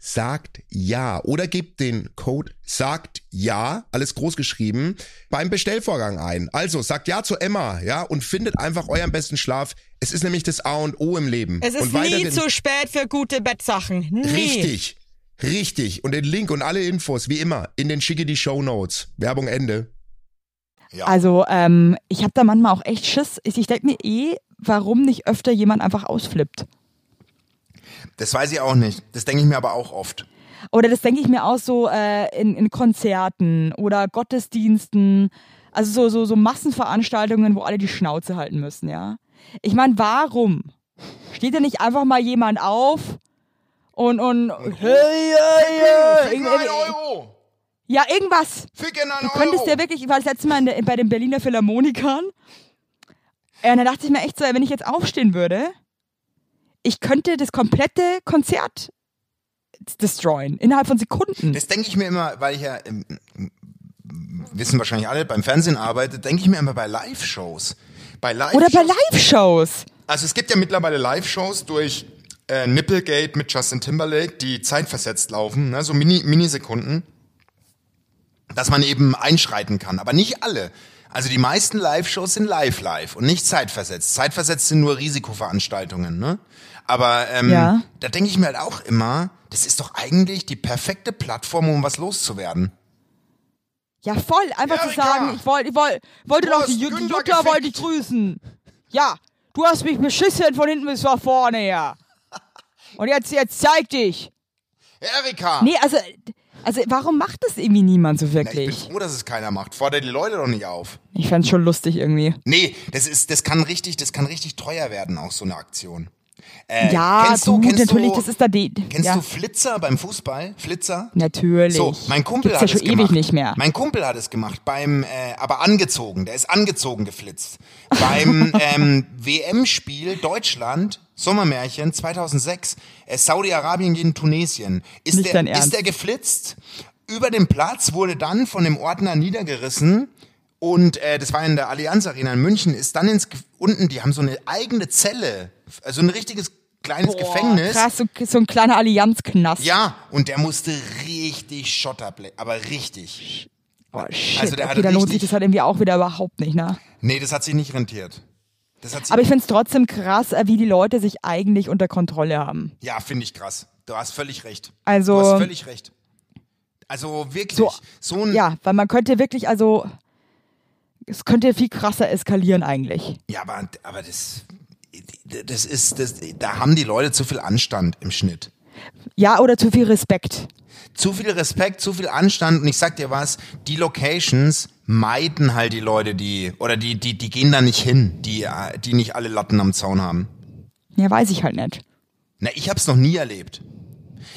sagt ja oder gebt den Code sagt ja, alles groß geschrieben, beim Bestellvorgang ein. Also sagt ja zu Emma, ja, und findet einfach euren besten Schlaf. Es ist nämlich das A und O im Leben. Es ist und weiter nie den- zu spät für gute Bettsachen. Nie. Richtig. Richtig. Und den Link und alle Infos, wie immer, in den schicke die Show Notes. Werbung Ende. Ja. Also ähm, ich habe da manchmal auch echt Schiss. Ich, ich denke mir eh, warum nicht öfter jemand einfach ausflippt. Das weiß ich auch nicht. Das denke ich mir aber auch oft. Oder das denke ich mir auch so äh, in, in Konzerten oder Gottesdiensten, also so, so, so Massenveranstaltungen, wo alle die Schnauze halten müssen, ja. Ich meine, warum? Steht da nicht einfach mal jemand auf und, und, hey, hey, hey, Ficken irgendwie- ein Euro! ja, irgendwas. Ficken ein Du Euro! könntest ja wirklich, ich war das letzte Mal in der, bei den Berliner Philharmonikern. Ja, und da dachte ich mir echt so, wenn ich jetzt aufstehen würde, ich könnte das komplette Konzert destroyen. Innerhalb von Sekunden. Das denke ich mir immer, weil ich ja, ähm, wissen wahrscheinlich alle, beim Fernsehen arbeite, denke ich mir immer bei Live-Shows. Bei Live Oder bei Live-Shows. Also es gibt ja mittlerweile Live-Shows durch äh, Nipplegate mit Justin Timberlake, die zeitversetzt laufen, ne? so Mini Minisekunden, dass man eben einschreiten kann, aber nicht alle. Also die meisten Live-Shows sind live-live und nicht zeitversetzt. Zeitversetzt sind nur Risikoveranstaltungen, ne? Aber ähm, Ja. da denke ich mir halt auch immer, das ist doch eigentlich die perfekte Plattform, um was loszuwerden. Ja, voll. Einfach zu Erika, sagen, ich, wollt, ich wollt, wollte du doch hast die, Ju- die Günther Jutta wollte ich gefickt. grüßen. Ja, du hast mich beschissen von hinten bis nach vorne her. Und jetzt, jetzt zeig dich. Erika! Nee, also, also warum macht das irgendwie niemand so Na, ich bin wirklich? froh, dass es keiner macht. Fordert die Leute doch nicht auf. Ich fand's schon lustig irgendwie. Nee, das ist, das kann richtig, das kann richtig teuer werden, auch so eine Aktion. Äh, Ja, kennst du, gut, kennst natürlich, du, das ist da die. Kennst ja. du Flitzer beim Fußball? Flitzer? Natürlich. So, mein Kumpel Gibt's hat ja schon es ewig gemacht. nicht mehr. Mein Kumpel hat es gemacht, beim, äh, aber angezogen, der ist angezogen geflitzt. Beim ähm, WM-Spiel Deutschland, Sommermärchen 2006, äh, Saudi-Arabien gegen Tunesien. Ist Nicht der, dein ist Ernst. der geflitzt? Über dem Platz wurde dann von dem Ordner niedergerissen. Und äh, das war in der Allianz Arena in München, ist dann ins Ge- unten, die haben so eine eigene Zelle, also ein richtiges kleines Gefängnis. Krass, so, so ein kleiner Allianzknast. Ja, und der musste richtig Schotterblech, aber richtig. Oh, shit. Also der okay, hatte da lohnt richtig- sich das halt irgendwie auch wieder überhaupt nicht, ne? Nee, das hat sich nicht rentiert. Das hat sich, Aber ich find's trotzdem krass, äh, wie die Leute sich eigentlich unter Kontrolle haben. ja, finde ich krass. Du hast völlig recht. Also- du hast völlig recht. Also wirklich, so, So- ein, ja. Ja, weil man könnte wirklich, also es könnte viel krasser eskalieren eigentlich. aber, aber das, das ist, das, da haben die Leute zu viel Anstand im Schnitt. Ja, oder zu viel Respekt. Zu viel Respekt, zu viel Anstand und ich sag dir was, die Locations meiden halt die Leute, die, oder die, die, die gehen da nicht hin, die, äh, die nicht alle Latten am Zaun haben. Ja, weiß ich halt nicht. Na, ich hab's noch nie erlebt.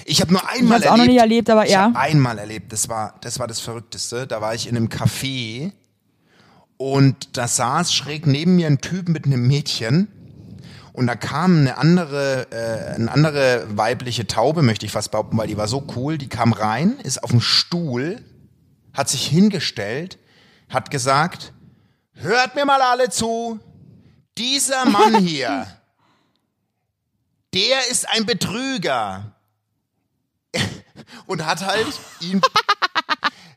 Ich habe nur einmal hab's erlebt. auch noch nie erlebt, aber ich ja. hab einmal erlebt. Das war das war das Verrückteste. Da war ich in einem Café und da saß schräg neben mir ein Typ mit einem Mädchen und da kam eine andere äh, eine andere weibliche Taube, möchte ich fast behaupten, weil die war so cool. Die kam rein, ist auf dem Stuhl, hat sich hingestellt, hat gesagt: Hört mir mal alle zu. Dieser Mann hier. der ist ein Betrüger. Und hat halt ihn.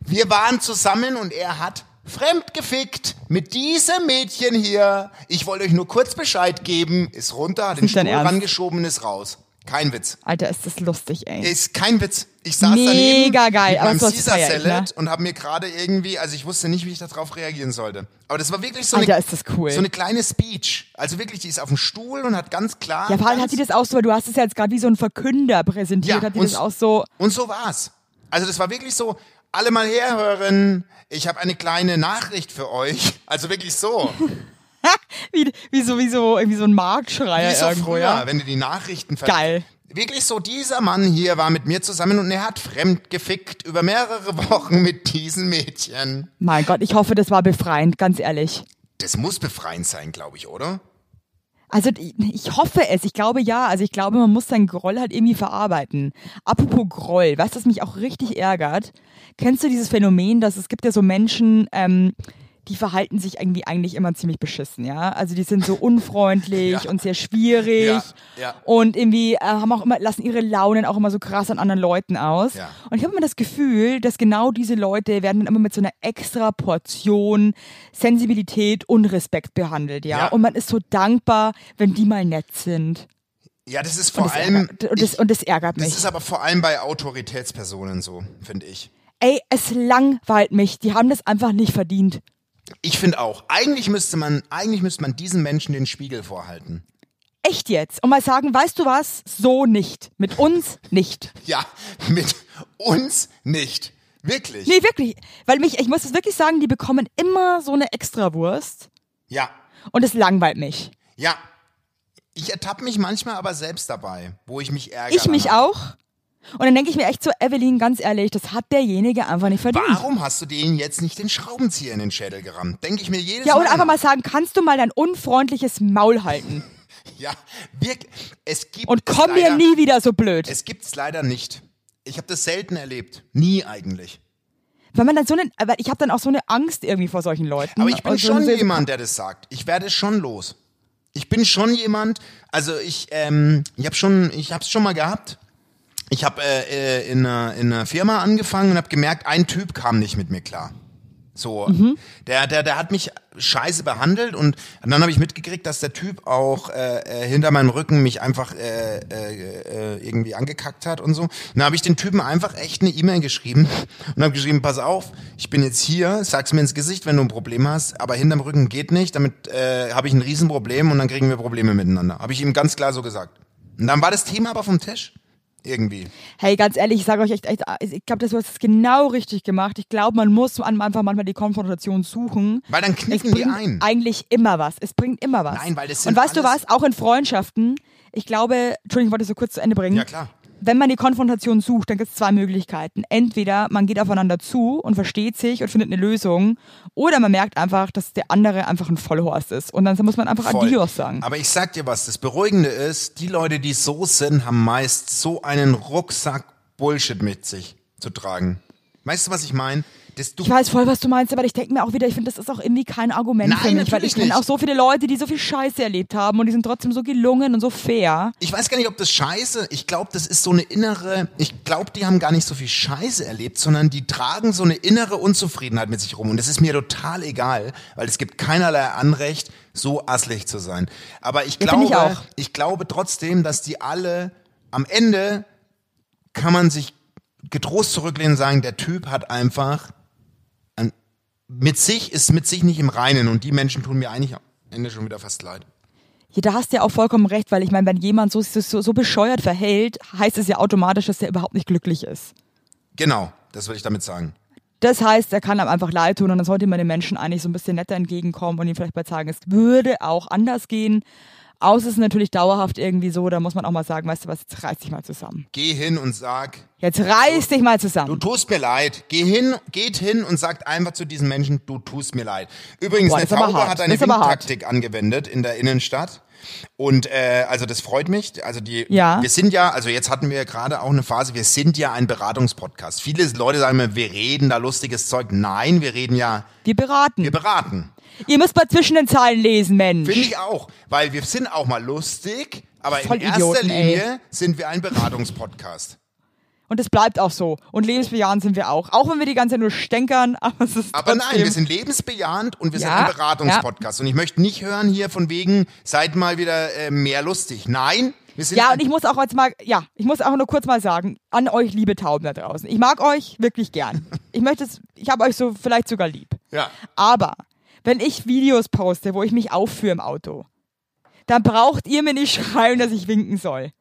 Wir waren zusammen und er hat fremdgefickt mit diesem Mädchen hier. Ich wollte euch nur kurz Bescheid geben. Ist runter, hat den nicht dein Stuhl Ernst. rangeschoben und ist raus. Kein Witz. Alter, ist das lustig, ey. Ist kein Witz. Ich saß Mega daneben geil, mit aber meinem sowas Caesar feier ich, Salad und habe mir gerade irgendwie, also ich wusste nicht, wie ich darauf reagieren sollte. Aber das war wirklich so Alter, eine, ist das cool. so eine kleine Speech. Also wirklich, die ist auf dem Stuhl und hat ganz klar. ja, vor allem ganz hat sie das auch so, weil du hast es ja jetzt gerade wie so ein Verkünder präsentiert, hat die und das s- auch so, Und so war's. Also das war wirklich so, alle mal herhören, ich habe eine kleine Nachricht für euch. Also wirklich so. wie, wie so, wie so, irgendwie so ein Marktschreier Wie so irgendwo, früher, ja. wenn du die Nachrichten ver Geil. Wirklich so, dieser Mann hier war mit mir zusammen und er hat fremd gefickt über mehrere Wochen mit diesem Mädchen. Mein Gott, ich hoffe, das war befreiend, ganz ehrlich. Das muss befreiend sein, glaube ich, oder? Also ich- ich hoffe es, ich glaube ja. Also ich glaube, man muss seinen Groll halt irgendwie verarbeiten. Apropos Groll, weißt du, was mich auch richtig ärgert? Kennst du dieses Phänomen, dass es gibt ja so Menschen, ähm, die verhalten sich irgendwie eigentlich immer ziemlich beschissen, ja? Also die sind so unfreundlich Ja. und sehr schwierig Ja, ja. und irgendwie äh, haben auch immer lassen ihre Launen auch immer so krass an anderen Leuten aus. Ja. Und ich habe immer das Gefühl, dass genau diese Leute werden dann immer mit so einer extra Portion Sensibilität und Respekt behandelt, ja? Ja. Und man ist so dankbar, wenn die mal nett sind. Ja, das ist vor Und das, allem. ärgert, und das, ich, und das ärgert das ist mich. aber vor allem bei Autoritätspersonen so, finde ich. Ey, es langweilt mich. Die haben das einfach nicht verdient. Ich finde auch, eigentlich müsste man, eigentlich müsste man diesen Menschen den Spiegel vorhalten. Echt jetzt. Und mal sagen, weißt du was? So nicht. Mit uns nicht. Ja, mit uns nicht. Wirklich. Nee, wirklich. Weil mich, ich muss das wirklich sagen, die bekommen immer so eine Extrawurst Ja, und es langweilt mich. ja. Ich ertappe mich manchmal aber selbst dabei, wo ich mich ärgere. Ich mich danach. auch. Und dann denke ich mir echt so, Evelyn, ganz ehrlich, das hat derjenige einfach nicht verdient. Warum hast du denen jetzt nicht den Schraubenzieher in den Schädel gerammt? Denke ich mir jedes Ja, Mal. oder einfach nach. mal sagen, kannst du mal dein unfreundliches Maul halten? Ja, wirklich. Es gibt Und es komm mir leider, nie wieder so blöd. Es gibt's leider nicht. Ich habe das selten erlebt. Nie eigentlich. Weil man dann so eine, aber ich habe dann auch so eine Angst irgendwie vor solchen Leuten. Aber ich bin Und so schon eine- jemand, der das sagt. Ich werde es schon los. Ich bin schon jemand, also ich, ähm, ich habe schon, ich hab's schon mal gehabt. Ich habe äh, äh, in, einer, in einer Firma angefangen und habe gemerkt, ein Typ kam nicht mit mir klar. So, der, der, der hat mich scheiße behandelt und dann habe ich mitgekriegt, dass der Typ auch äh, äh, hinter meinem Rücken mich einfach äh, äh, äh, irgendwie angekackt hat und so. Und dann habe ich den Typen einfach echt eine E-Mail geschrieben und habe geschrieben, pass auf, ich bin jetzt hier, sag's mir ins Gesicht, wenn du ein Problem hast, aber hinterm Rücken geht nicht, damit äh, habe ich ein Riesenproblem und dann kriegen wir Probleme miteinander. Habe ich ihm ganz klar so gesagt. Und dann war das Thema aber vom Tisch. Irgendwie. Hey, ganz ehrlich, ich sage euch echt, echt ich glaube, du hast es genau richtig gemacht. Ich glaube, man muss an- einfach manchmal die Konfrontation suchen. Weil dann Es knicken die bringt ein. eigentlich immer was. Es bringt immer was. Nein, weil das sind Und weißt du alles- was? Auch in Freundschaften. Ich glaube, Entschuldigung, ich wollte es so kurz zu Ende bringen. Ja, klar. Wenn man die Konfrontation sucht, dann gibt es zwei Möglichkeiten. Entweder man geht aufeinander zu und versteht sich und findet eine Lösung, oder man merkt einfach, dass der andere einfach ein Vollhorst ist. Und dann muss man einfach Voll. Adios sagen. Aber ich sag dir was, das Beruhigende ist, die Leute, die so sind, haben meist so einen Rucksack Bullshit mit sich zu tragen. Weißt du, was ich meine? Dass du Ich weiß voll, was du meinst, aber ich denke mir auch wieder, ich finde, das ist auch irgendwie kein Argument Nein, für mich, weil natürlich ich kenne nicht. auch so viele Leute, die so viel Scheiße erlebt haben und die sind trotzdem so gelungen und so fair. ich weiß gar nicht, ob das scheiße, ich glaube, das ist so eine innere, ich glaube, die haben gar nicht so viel Scheiße erlebt, sondern die tragen so eine innere Unzufriedenheit mit sich rum und das ist mir total egal, weil es gibt keinerlei Anrecht, so asslich zu sein. Aber ich Ja, glaube, find ich ich, auch. glaube trotzdem, dass die alle am Ende kann man sich getrost zurücklehnen und sagen, der Typ hat einfach ein, mit sich ist mit sich nicht im Reinen und die Menschen tun mir eigentlich am Ende schon wieder fast leid. Ja, da hast du ja auch vollkommen recht, weil ich meine, wenn jemand so, so, so bescheuert verhält, heißt es ja automatisch, dass er überhaupt nicht glücklich ist. Genau, das will ich damit sagen. Das heißt, er kann einem einfach leid tun und dann sollte man den Menschen eigentlich so ein bisschen netter entgegenkommen und ihm vielleicht mal sagen, es würde auch anders gehen. Außer es ist natürlich dauerhaft irgendwie so, da muss man auch mal sagen, weißt du was, jetzt reiß dich mal zusammen. geh hin und sag, Jetzt reiß dich mal du zusammen. tust mir leid. Geh hin, geht hin und sagt einfach zu diesen Menschen, du tust mir leid. Übrigens, Boah, eine das ist aber Taube hart. hat eine Das ist aber hart. Windtaktik angewendet in der Innenstadt. Und äh, also das freut mich. Also die, Ja. wir sind ja, also jetzt hatten wir ja gerade auch eine Phase, wir sind ja ein Beratungspodcast. Viele Leute sagen mir, wir reden da lustiges Zeug. Nein, wir reden ja, Wir wir beraten. beraten. Ihr müsst mal zwischen den Zeilen lesen, Mensch. Finde ich auch, weil wir sind auch mal lustig, aber in Voll erster Idioten, ey. Linie sind wir ein Beratungspodcast. Und es bleibt auch so. Und lebensbejahend sind wir auch. Auch wenn wir die ganze Zeit nur stänkern, aber es ist. Aber nein, trotzdem- wir sind lebensbejahend und wir Ja, sind ein Beratungspodcast. Und ich möchte nicht hören hier von wegen, seid mal wieder äh, mehr lustig. Nein, wir sind. Ja, ein- und ich muss auch jetzt mal, ja, ich muss auch nur kurz mal sagen, an euch, liebe Tauben da draußen. Ich mag euch wirklich gern. Ich möchte es, ich habe euch so vielleicht sogar lieb. ja. Aber wenn ich Videos poste, wo ich mich aufführe im Auto, dann braucht ihr mir nicht schreiben, dass ich winken soll.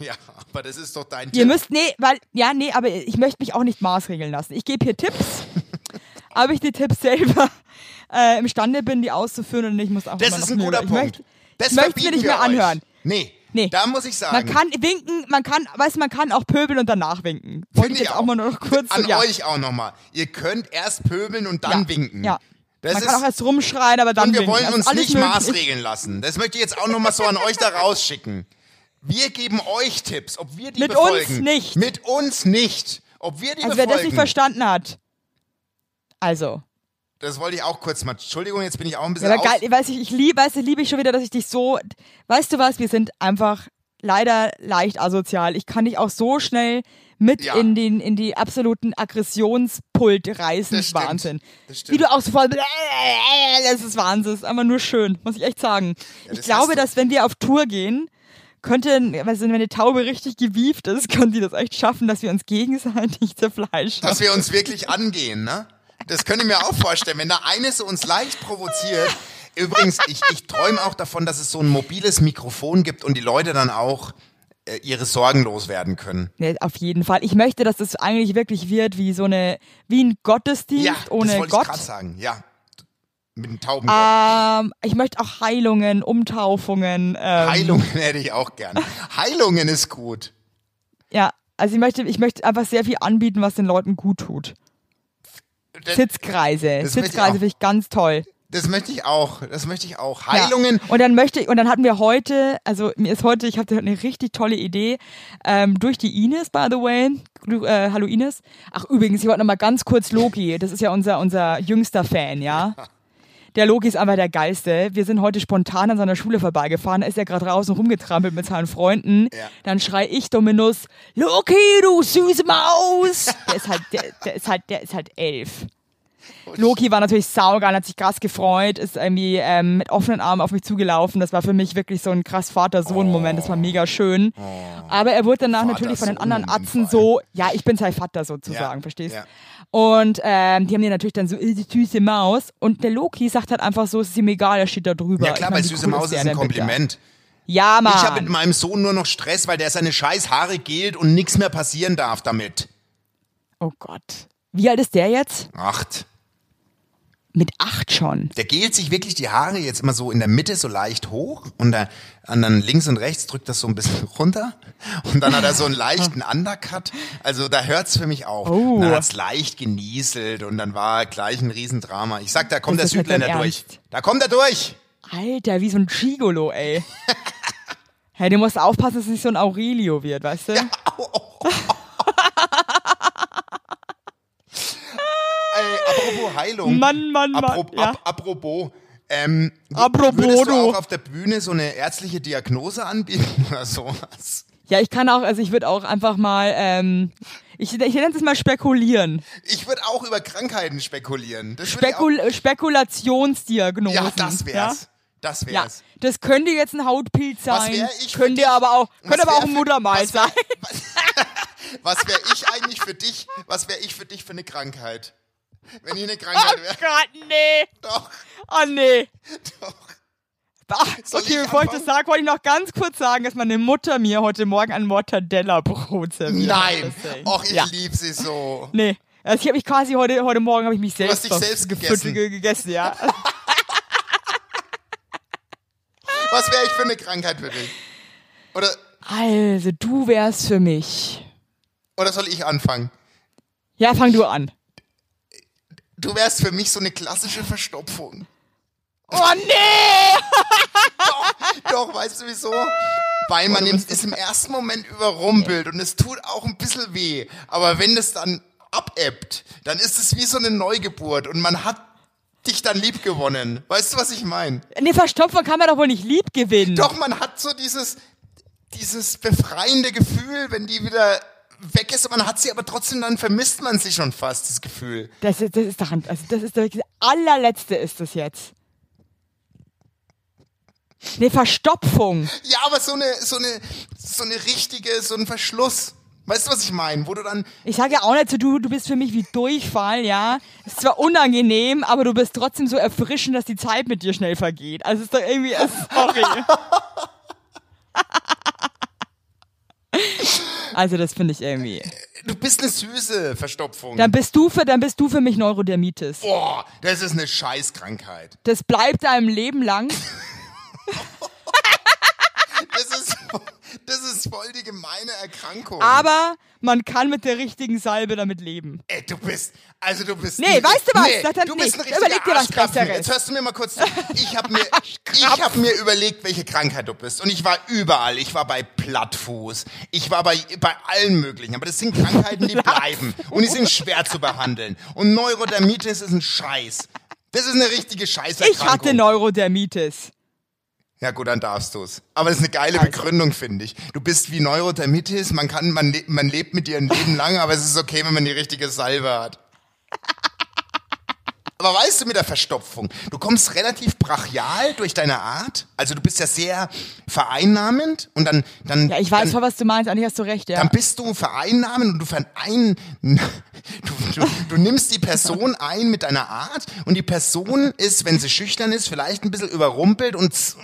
ja, aber das ist doch dein Ihr Tipp. müsst, nee, weil, ja, nee, aber ich möchte mich auch nicht maßregeln lassen. Ich gebe hier Tipps, aber ich die Tipps selber äh, imstande bin, die auszuführen und ich muss auch das immer ist noch ein guter ich Punkt. Möchte, das ich möchte verbieten mir nicht mehr wir euch. anhören. Nee, Nee. da muss ich Man sagen. kann winken, man kann, weißt du, man kann auch pöbeln und danach winken. Wollte Finde ich ich jetzt auch mal nur noch kurz an so, ja, euch auch nochmal. Ihr könnt erst pöbeln und dann ja, winken. Ja. Das man ist, kann auch erst rumschreien, aber dann und wir winken. wollen Also uns alles nicht möglich. maßregeln lassen. Das möchte ich jetzt auch nochmal so an euch da rausschicken. Wir geben euch Tipps, ob wir die Mit uns befolgen. nicht. Mit uns nicht. Ob wir die Also wer befolgen. das nicht verstanden hat. Also, Das wollte ich auch kurz mal. Entschuldigung, jetzt bin ich auch ein ja, bisschen aber aus. geil, ich weiß ich, ich liebe, weißt du, liebe ich schon wieder, dass ich dich so, weißt du was, wir sind einfach leider leicht asozial. Ich kann dich auch so schnell mit Ja. in den in die absoluten Aggressionspult reißen. Das stimmt. Wahnsinn. Das stimmt. Wie du auch sofort das ist Wahnsinn, das ist einfach nur schön, muss ich echt sagen. ich das hast glaube, du. dass wenn wir auf Tour gehen, könnte, weißt du, wenn eine Taube richtig gewieft ist, können die das echt schaffen, dass wir uns gegenseitig zerfleischen. Dass wir uns wirklich angehen, ne? Das könnte ich mir auch vorstellen, wenn da eines uns leicht provoziert. Übrigens, ich, ich träume auch davon, dass es so ein mobiles Mikrofon gibt und die Leute dann auch äh, ihre Sorgen loswerden können. Nee, Ne, auf jeden Fall. Ich möchte, dass das eigentlich wirklich wird wie so eine, wie ein Gottesdienst Ja, das ohne wollte ich Gott. gerade sagen. Ja, mit dem Tauben. Ähm, ich möchte auch Heilungen, Umtaufungen. Ähm, Heilungen hätte ich auch gern. Heilungen ist gut. Ja, also ich möchte, ich möchte einfach sehr viel anbieten, was den Leuten gut tut. das Sitzkreise. möchte ich auch. Sitzkreise finde ich ganz toll. Das möchte ich auch. Das möchte ich auch. Ja. Heilungen. Und dann möchte ich, und dann hatten wir heute, also mir ist heute, ich hatte eine richtig tolle Idee, ähm, durch die Ines, by the way. Du, äh, hallo Ines. Ach übrigens, ich wollte nochmal ganz kurz Loki, das ist ja unser, unser jüngster Fan, ja. Der Loki ist einfach der Geilste. Wir sind heute spontan an seiner Schule vorbeigefahren. Da ist er gerade draußen rumgetrampelt mit seinen Freunden. Ja. Dann schrei ich Dominus, Loki, du süße Maus! Der ist halt, der, der ist halt, der ist halt elf. Loki war natürlich saugeil, hat sich krass gefreut, ist irgendwie ähm, mit offenen Armen auf mich zugelaufen. Das war für mich wirklich so ein krass Vater-Sohn-Moment, das war mega schön. Oh. Aber er wurde danach natürlich von den anderen Vater-Sohn-Moment Atzen vor allem. so, ja, ich bin sein Vater sozusagen, Ja, verstehst ja. Und ähm, die haben dir natürlich dann so, äh, die süße Maus. Und der Loki sagt halt einfach so, es ist ihm egal, er steht da drüber. Ja klar, Ich mein, bei wie Süße cool Maus ist der ein denn bitte? Kompliment. Ja, Mann. Ich habe mit meinem Sohn nur noch Stress, weil der seine scheiß Haare gilt und nichts mehr passieren darf damit. oh Gott. Wie alt ist der jetzt? Acht. Mit acht schon. Der gelt sich wirklich die Haare jetzt immer so in der Mitte so leicht hoch und da- und dann links und rechts drückt das so ein bisschen runter und dann hat er so einen leichten Undercut. Also da hört's für mich auf. Ah. Oh. Und Dann hat's leicht genieselt und dann war gleich ein Riesendrama. Ich sag, da kommt Ist der das jetzt dein Südländer durch. Ernst? Da kommt er durch. Alter, wie so ein Gigolo, ey. hey, du musst aufpassen, dass es nicht so ein Aurelio wird, weißt du? Ey, apropos Heilung. Mann, Mann, Mann, Apro- ja. ap- Apropos. Ähm, Apropos, würdest du du. auch auf der Bühne so eine ärztliche Diagnose anbieten oder sowas? Ja, ich kann auch, also ich würde auch einfach mal, ähm, ich, ich nenne es mal spekulieren. Ich würde auch über Krankheiten spekulieren. Das würd ich Spekul äh, auch, Spekulationsdiagnose. Ja, das wär's. Das Ja? ja, wär's. das könnte jetzt ein Hautpilz Was sein. wär ich für könnte dich? aber auch, Was könnte aber wär auch ein für- Muttermal was wär- sein. Was wäre ich eigentlich für dich? Was wäre ich für dich für eine Krankheit? Wenn ich eine Krankheit wäre. Oh Gott, nee. Doch, Oh, nee. doch. Ach, Soll okay, ich bevor ich das anfangen? sage, wollte ich noch ganz kurz sagen, dass meine Mutter mir heute Morgen ein Mortadella-Brot serviert hat. Nein. Deswegen. Och, ich Ja. lieb sie so. Nee. Also ich habe mich quasi heute, heute Morgen habe ich mich hast selbst, dich selbst gefüttert- gegessen. gegessen, ja. Was wäre ich für eine Krankheit für dich? Oder, Also du wärst für mich. oder soll ich anfangen? Ja, fang du an. Du wärst für mich so eine klassische Verstopfung. Oh nee! Doch, weißt du wieso? Weil man im- ist im ersten Moment überrumpelt und es tut auch ein bisschen weh. Aber wenn das dann abebbt, dann ist es wie so eine Neugeburt und man hat dich dann lieb gewonnen. Weißt du, was ich meine? Nee, Verstopfung kann man doch wohl nicht lieb gewinnen. Doch, man hat so dieses, dieses befreiende Gefühl, wenn die wieder weg ist und man hat sie aber trotzdem, dann vermisst man sie schon fast, das Gefühl. Das, ist- das ist doch, ein- also das ist doch, das allerletzte ist das jetzt. Nee, Verstopfung. Ja, aber so eine, so eine, so eine richtige, so ein Verschluss. Weißt du, was ich meine? Wo du dann, Ich sage ja auch nicht so, du, du bist für mich wie Durchfall, ja. Ist zwar unangenehm, aber du bist trotzdem so erfrischend, dass die Zeit mit dir schnell vergeht. Also es ist doch irgendwie, es ist- sorry. also das finde ich irgendwie. du bist eine süße Verstopfung. Dann bist du für, dann bist du für mich Neurodermitis. Boah, das ist eine Scheißkrankheit. Das bleibt deinem Leben lang. Das ist, das ist voll die gemeine Erkrankung. Aber man kann mit der richtigen Salbe damit leben. Ey, du bist, also du bist. Nee, weißt du was? Nee, Das hat- du bist ein nee, richtiger überleg dir was Arschkrapfen. Besseres. Jetzt hörst du mir mal kurz zu. Ich habe mir, ich hab mir überlegt, welche Krankheit du bist. Und ich war überall. Ich war bei Plattfuß. Ich war bei, bei allen möglichen. Aber das sind Krankheiten, die bleiben. Und die sind schwer zu behandeln. Und Neurodermitis ist ein Scheiß. Das ist eine richtige Scheißerkrankung. Ich hatte Neurodermitis. Ja gut, dann darfst du's. Aber das ist eine geile Begründung, finde ich. Du bist wie Neurodermitis, man kann, man, le man lebt mit dir ein Leben lang, aber es ist okay, wenn man die richtige Salbe hat. aber weißt du mit der Verstopfung, du kommst relativ brachial durch deine Art. Also du bist ja sehr vereinnahmend und dann dann Ja, ich weiß dann, voll, was du meinst. Eigentlich hast du recht, ja. dann bist du vereinnahmend und du verein du, du, du nimmst die Person ein mit deiner Art und die Person ist, wenn sie schüchtern ist, vielleicht ein bisschen überrumpelt und z-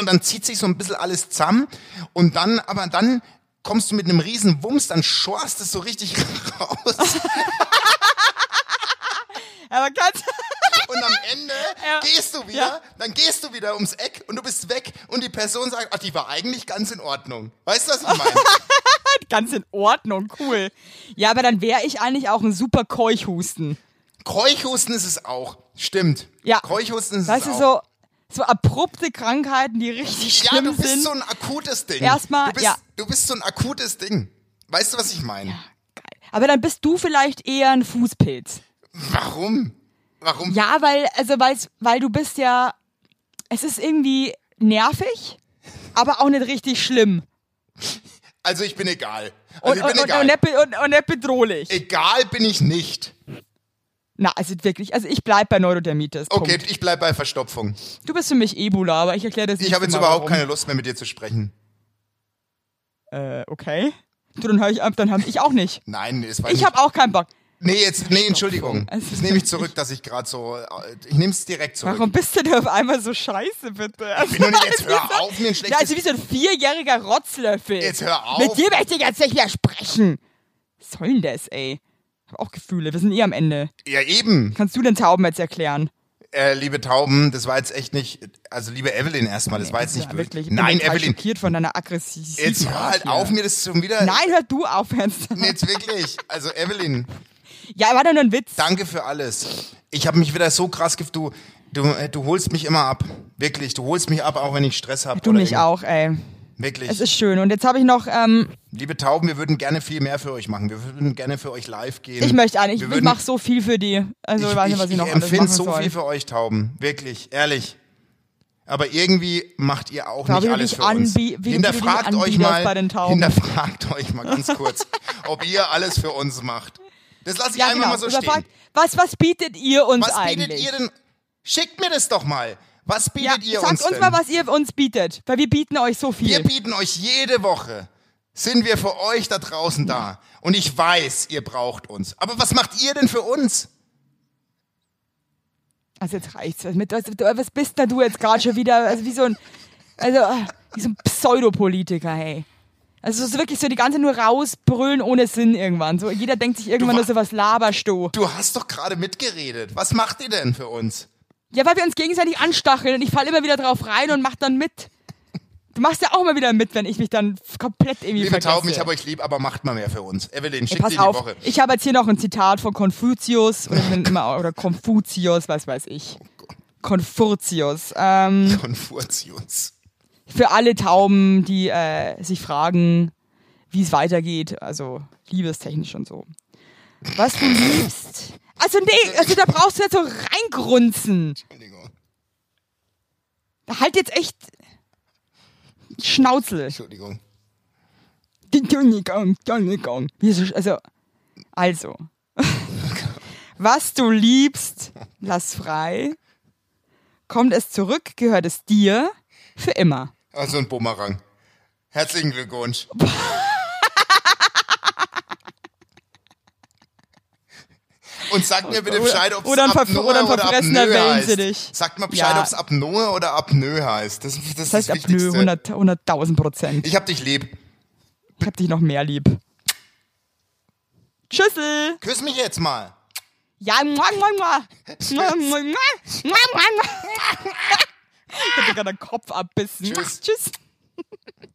und dann zieht sich so ein bisschen alles zusammen und dann aber dann kommst du mit einem riesen Wumms, dann schorst es so richtig raus Aber ganz, und am Ende gehst du wieder, Ja. dann gehst du wieder ums Eck und du bist weg und die Person sagt, ach, die war eigentlich ganz in Ordnung. Weißt du, was ich meine? ganz in Ordnung, cool. Ja, aber dann wäre ich eigentlich auch ein super Keuchhusten. Keuchhusten ist es auch. Stimmt. Ja. Keuchhusten ist Weißt es du, auch. so, so abrupte Krankheiten, die richtig ja, schlimm du bist sind. so ein akutes Ding. Erstmal, du bist, ja. du bist so ein akutes Ding. Weißt du, was ich meine? aber dann bist du vielleicht eher ein Fußpilz. Warum? Warum? Ja, weil, also weil's, weil du bist ja, es ist irgendwie nervig, aber auch nicht richtig schlimm. Also ich bin egal. Also Und, ich bin und, und, egal. und, nicht, be- und, und nicht bedrohlich. egal bin ich nicht. Na, also wirklich, also ich bleib bei Neurodermitis. Punkt. Okay, ich bleib bei Verstopfung. Du bist für mich Ebola, aber ich erkläre das nicht. Ich habe jetzt mal, überhaupt warum. keine Lust mehr mit dir zu sprechen. Äh, okay. Du, dann hör ich ab, dann hab ich auch nicht. Nein, es war Ich nicht. habe auch keinen Bock. Nee, jetzt, nee, Entschuldigung. Also- das nehme ich zurück, dass ich gerade so. äh, Ich nehme es direkt zurück. Warum bist du denn auf einmal so scheiße, bitte? Ich bin doch nicht, jetzt hör auf, mir ein Ja, schlechtes. also wie so ein vierjähriger Rotzlöffel. Jetzt hör auf. Mit dir möchte ich jetzt nicht mehr sprechen. Was soll denn das, ey? Ich hab auch Gefühle, wir sind eh am Ende. ja, eben. Kannst du den Tauben jetzt erklären? Äh, liebe Tauben, das war jetzt echt nicht. Also, liebe Evelyn erstmal, das war jetzt Also nicht. blöd. wirklich, ich bin Nein, total Evelyn, schockiert von deiner Aggressivität. jetzt hör halt hier. auf, mir das schon wieder. Nein, hör du auf, Ernst. Jetzt wirklich. Also, Evelyn, Ja, war doch nur ein Witz. danke für alles. Ich habe mich wieder so krass gef. Du, du, äh, du holst mich immer ab. Wirklich, du holst mich ab, auch wenn ich Stress habe. Du mich auch, Also ey. Wirklich. Es ist schön. Und jetzt habe ich noch, ähm, Liebe Tauben, wir würden gerne viel mehr für euch machen. Wir würden gerne für euch live gehen. ich möchte eigentlich, Wir ich würden- mache so viel für die. Also ich weiß nicht, was ich, noch alles empfinde machen so soll. viel für euch, Tauben. Wirklich, ehrlich. Aber irgendwie macht ihr auch Schau, wie nicht du alles dich für uns. anbie- wie- wie du dich hinterfragt euch anbiederst mal, bei den Tauben. hinterfragt euch mal ganz kurz, ob ihr alles für uns macht. Das lasse ich ja, einfach genau. mal so Überfragt, stehen. was, was bietet ihr uns Was eigentlich? bietet ihr denn? Schickt mir das doch mal. Was ja, bietet ihr sagt uns uns denn? mal, was ihr uns bietet, weil wir bieten euch so viel. Wir bieten euch jede Woche. Sind wir für euch da draußen da? Und ich weiß, ihr braucht uns. Aber was macht ihr denn für uns? Also jetzt reicht's. Was, mit, was, was bist denn du jetzt gerade schon wieder? Also wie so ein, also ah, wie so ein Pseudopolitiker, hey. Also es ist wirklich so die ganze nur rausbrüllen ohne Sinn irgendwann. So jeder denkt sich irgendwann wa- nur so was laberst du. Du hast doch gerade mitgeredet. Was macht ihr denn für uns? Ja, weil wir uns gegenseitig anstacheln und ich falle immer wieder drauf rein und mach dann mit. Du machst ja auch immer wieder mit, wenn ich mich dann f- komplett irgendwie Liebe vergesse. Tauben, ich habe euch lieb, aber macht mal mehr für uns. Evelyn, Ey, schickt pass die auf, die Woche. ich habe jetzt hier noch ein Zitat von Konfuzius oder, ich bin immer, oder Konfuzius, was weiß ich. Oh Konfurzius. Ähm, Konfuzius. für alle Tauben, die äh, sich fragen, wie es weitergeht, also liebestechnisch und so. Was du liebst. Also nee, also da brauchst du jetzt so reingrunzen. Entschuldigung. Halt jetzt echt Schnauzel. Entschuldigung. Entschuldigung, Entschuldigung. Wie so- Also, also. Was du liebst, lass frei. Kommt es zurück, gehört es dir für immer. Also ein Bumerang. Herzlichen Glückwunsch. Und sagt mir bitte Oder- Bescheid, ob es oder ein Apnoe verf- oder ein oder verfressener Apnoe Wellen sie heißt. dich. Sagt mal Bescheid, Ja. ob es Apnoe oder Apnoe heißt. Das, das, ist Das das heißt Apnoe Wichtigste. 100 100.000 Prozent. Ich hab dich lieb. Ich hab dich noch mehr lieb. Tschüssel! Küss mich jetzt mal. Ja, mua, mua, mua. Mua, mua, mua. Mua, mua, mua. Ich hab dir gerade den Kopf abbissen. Tschüss. Tschüss.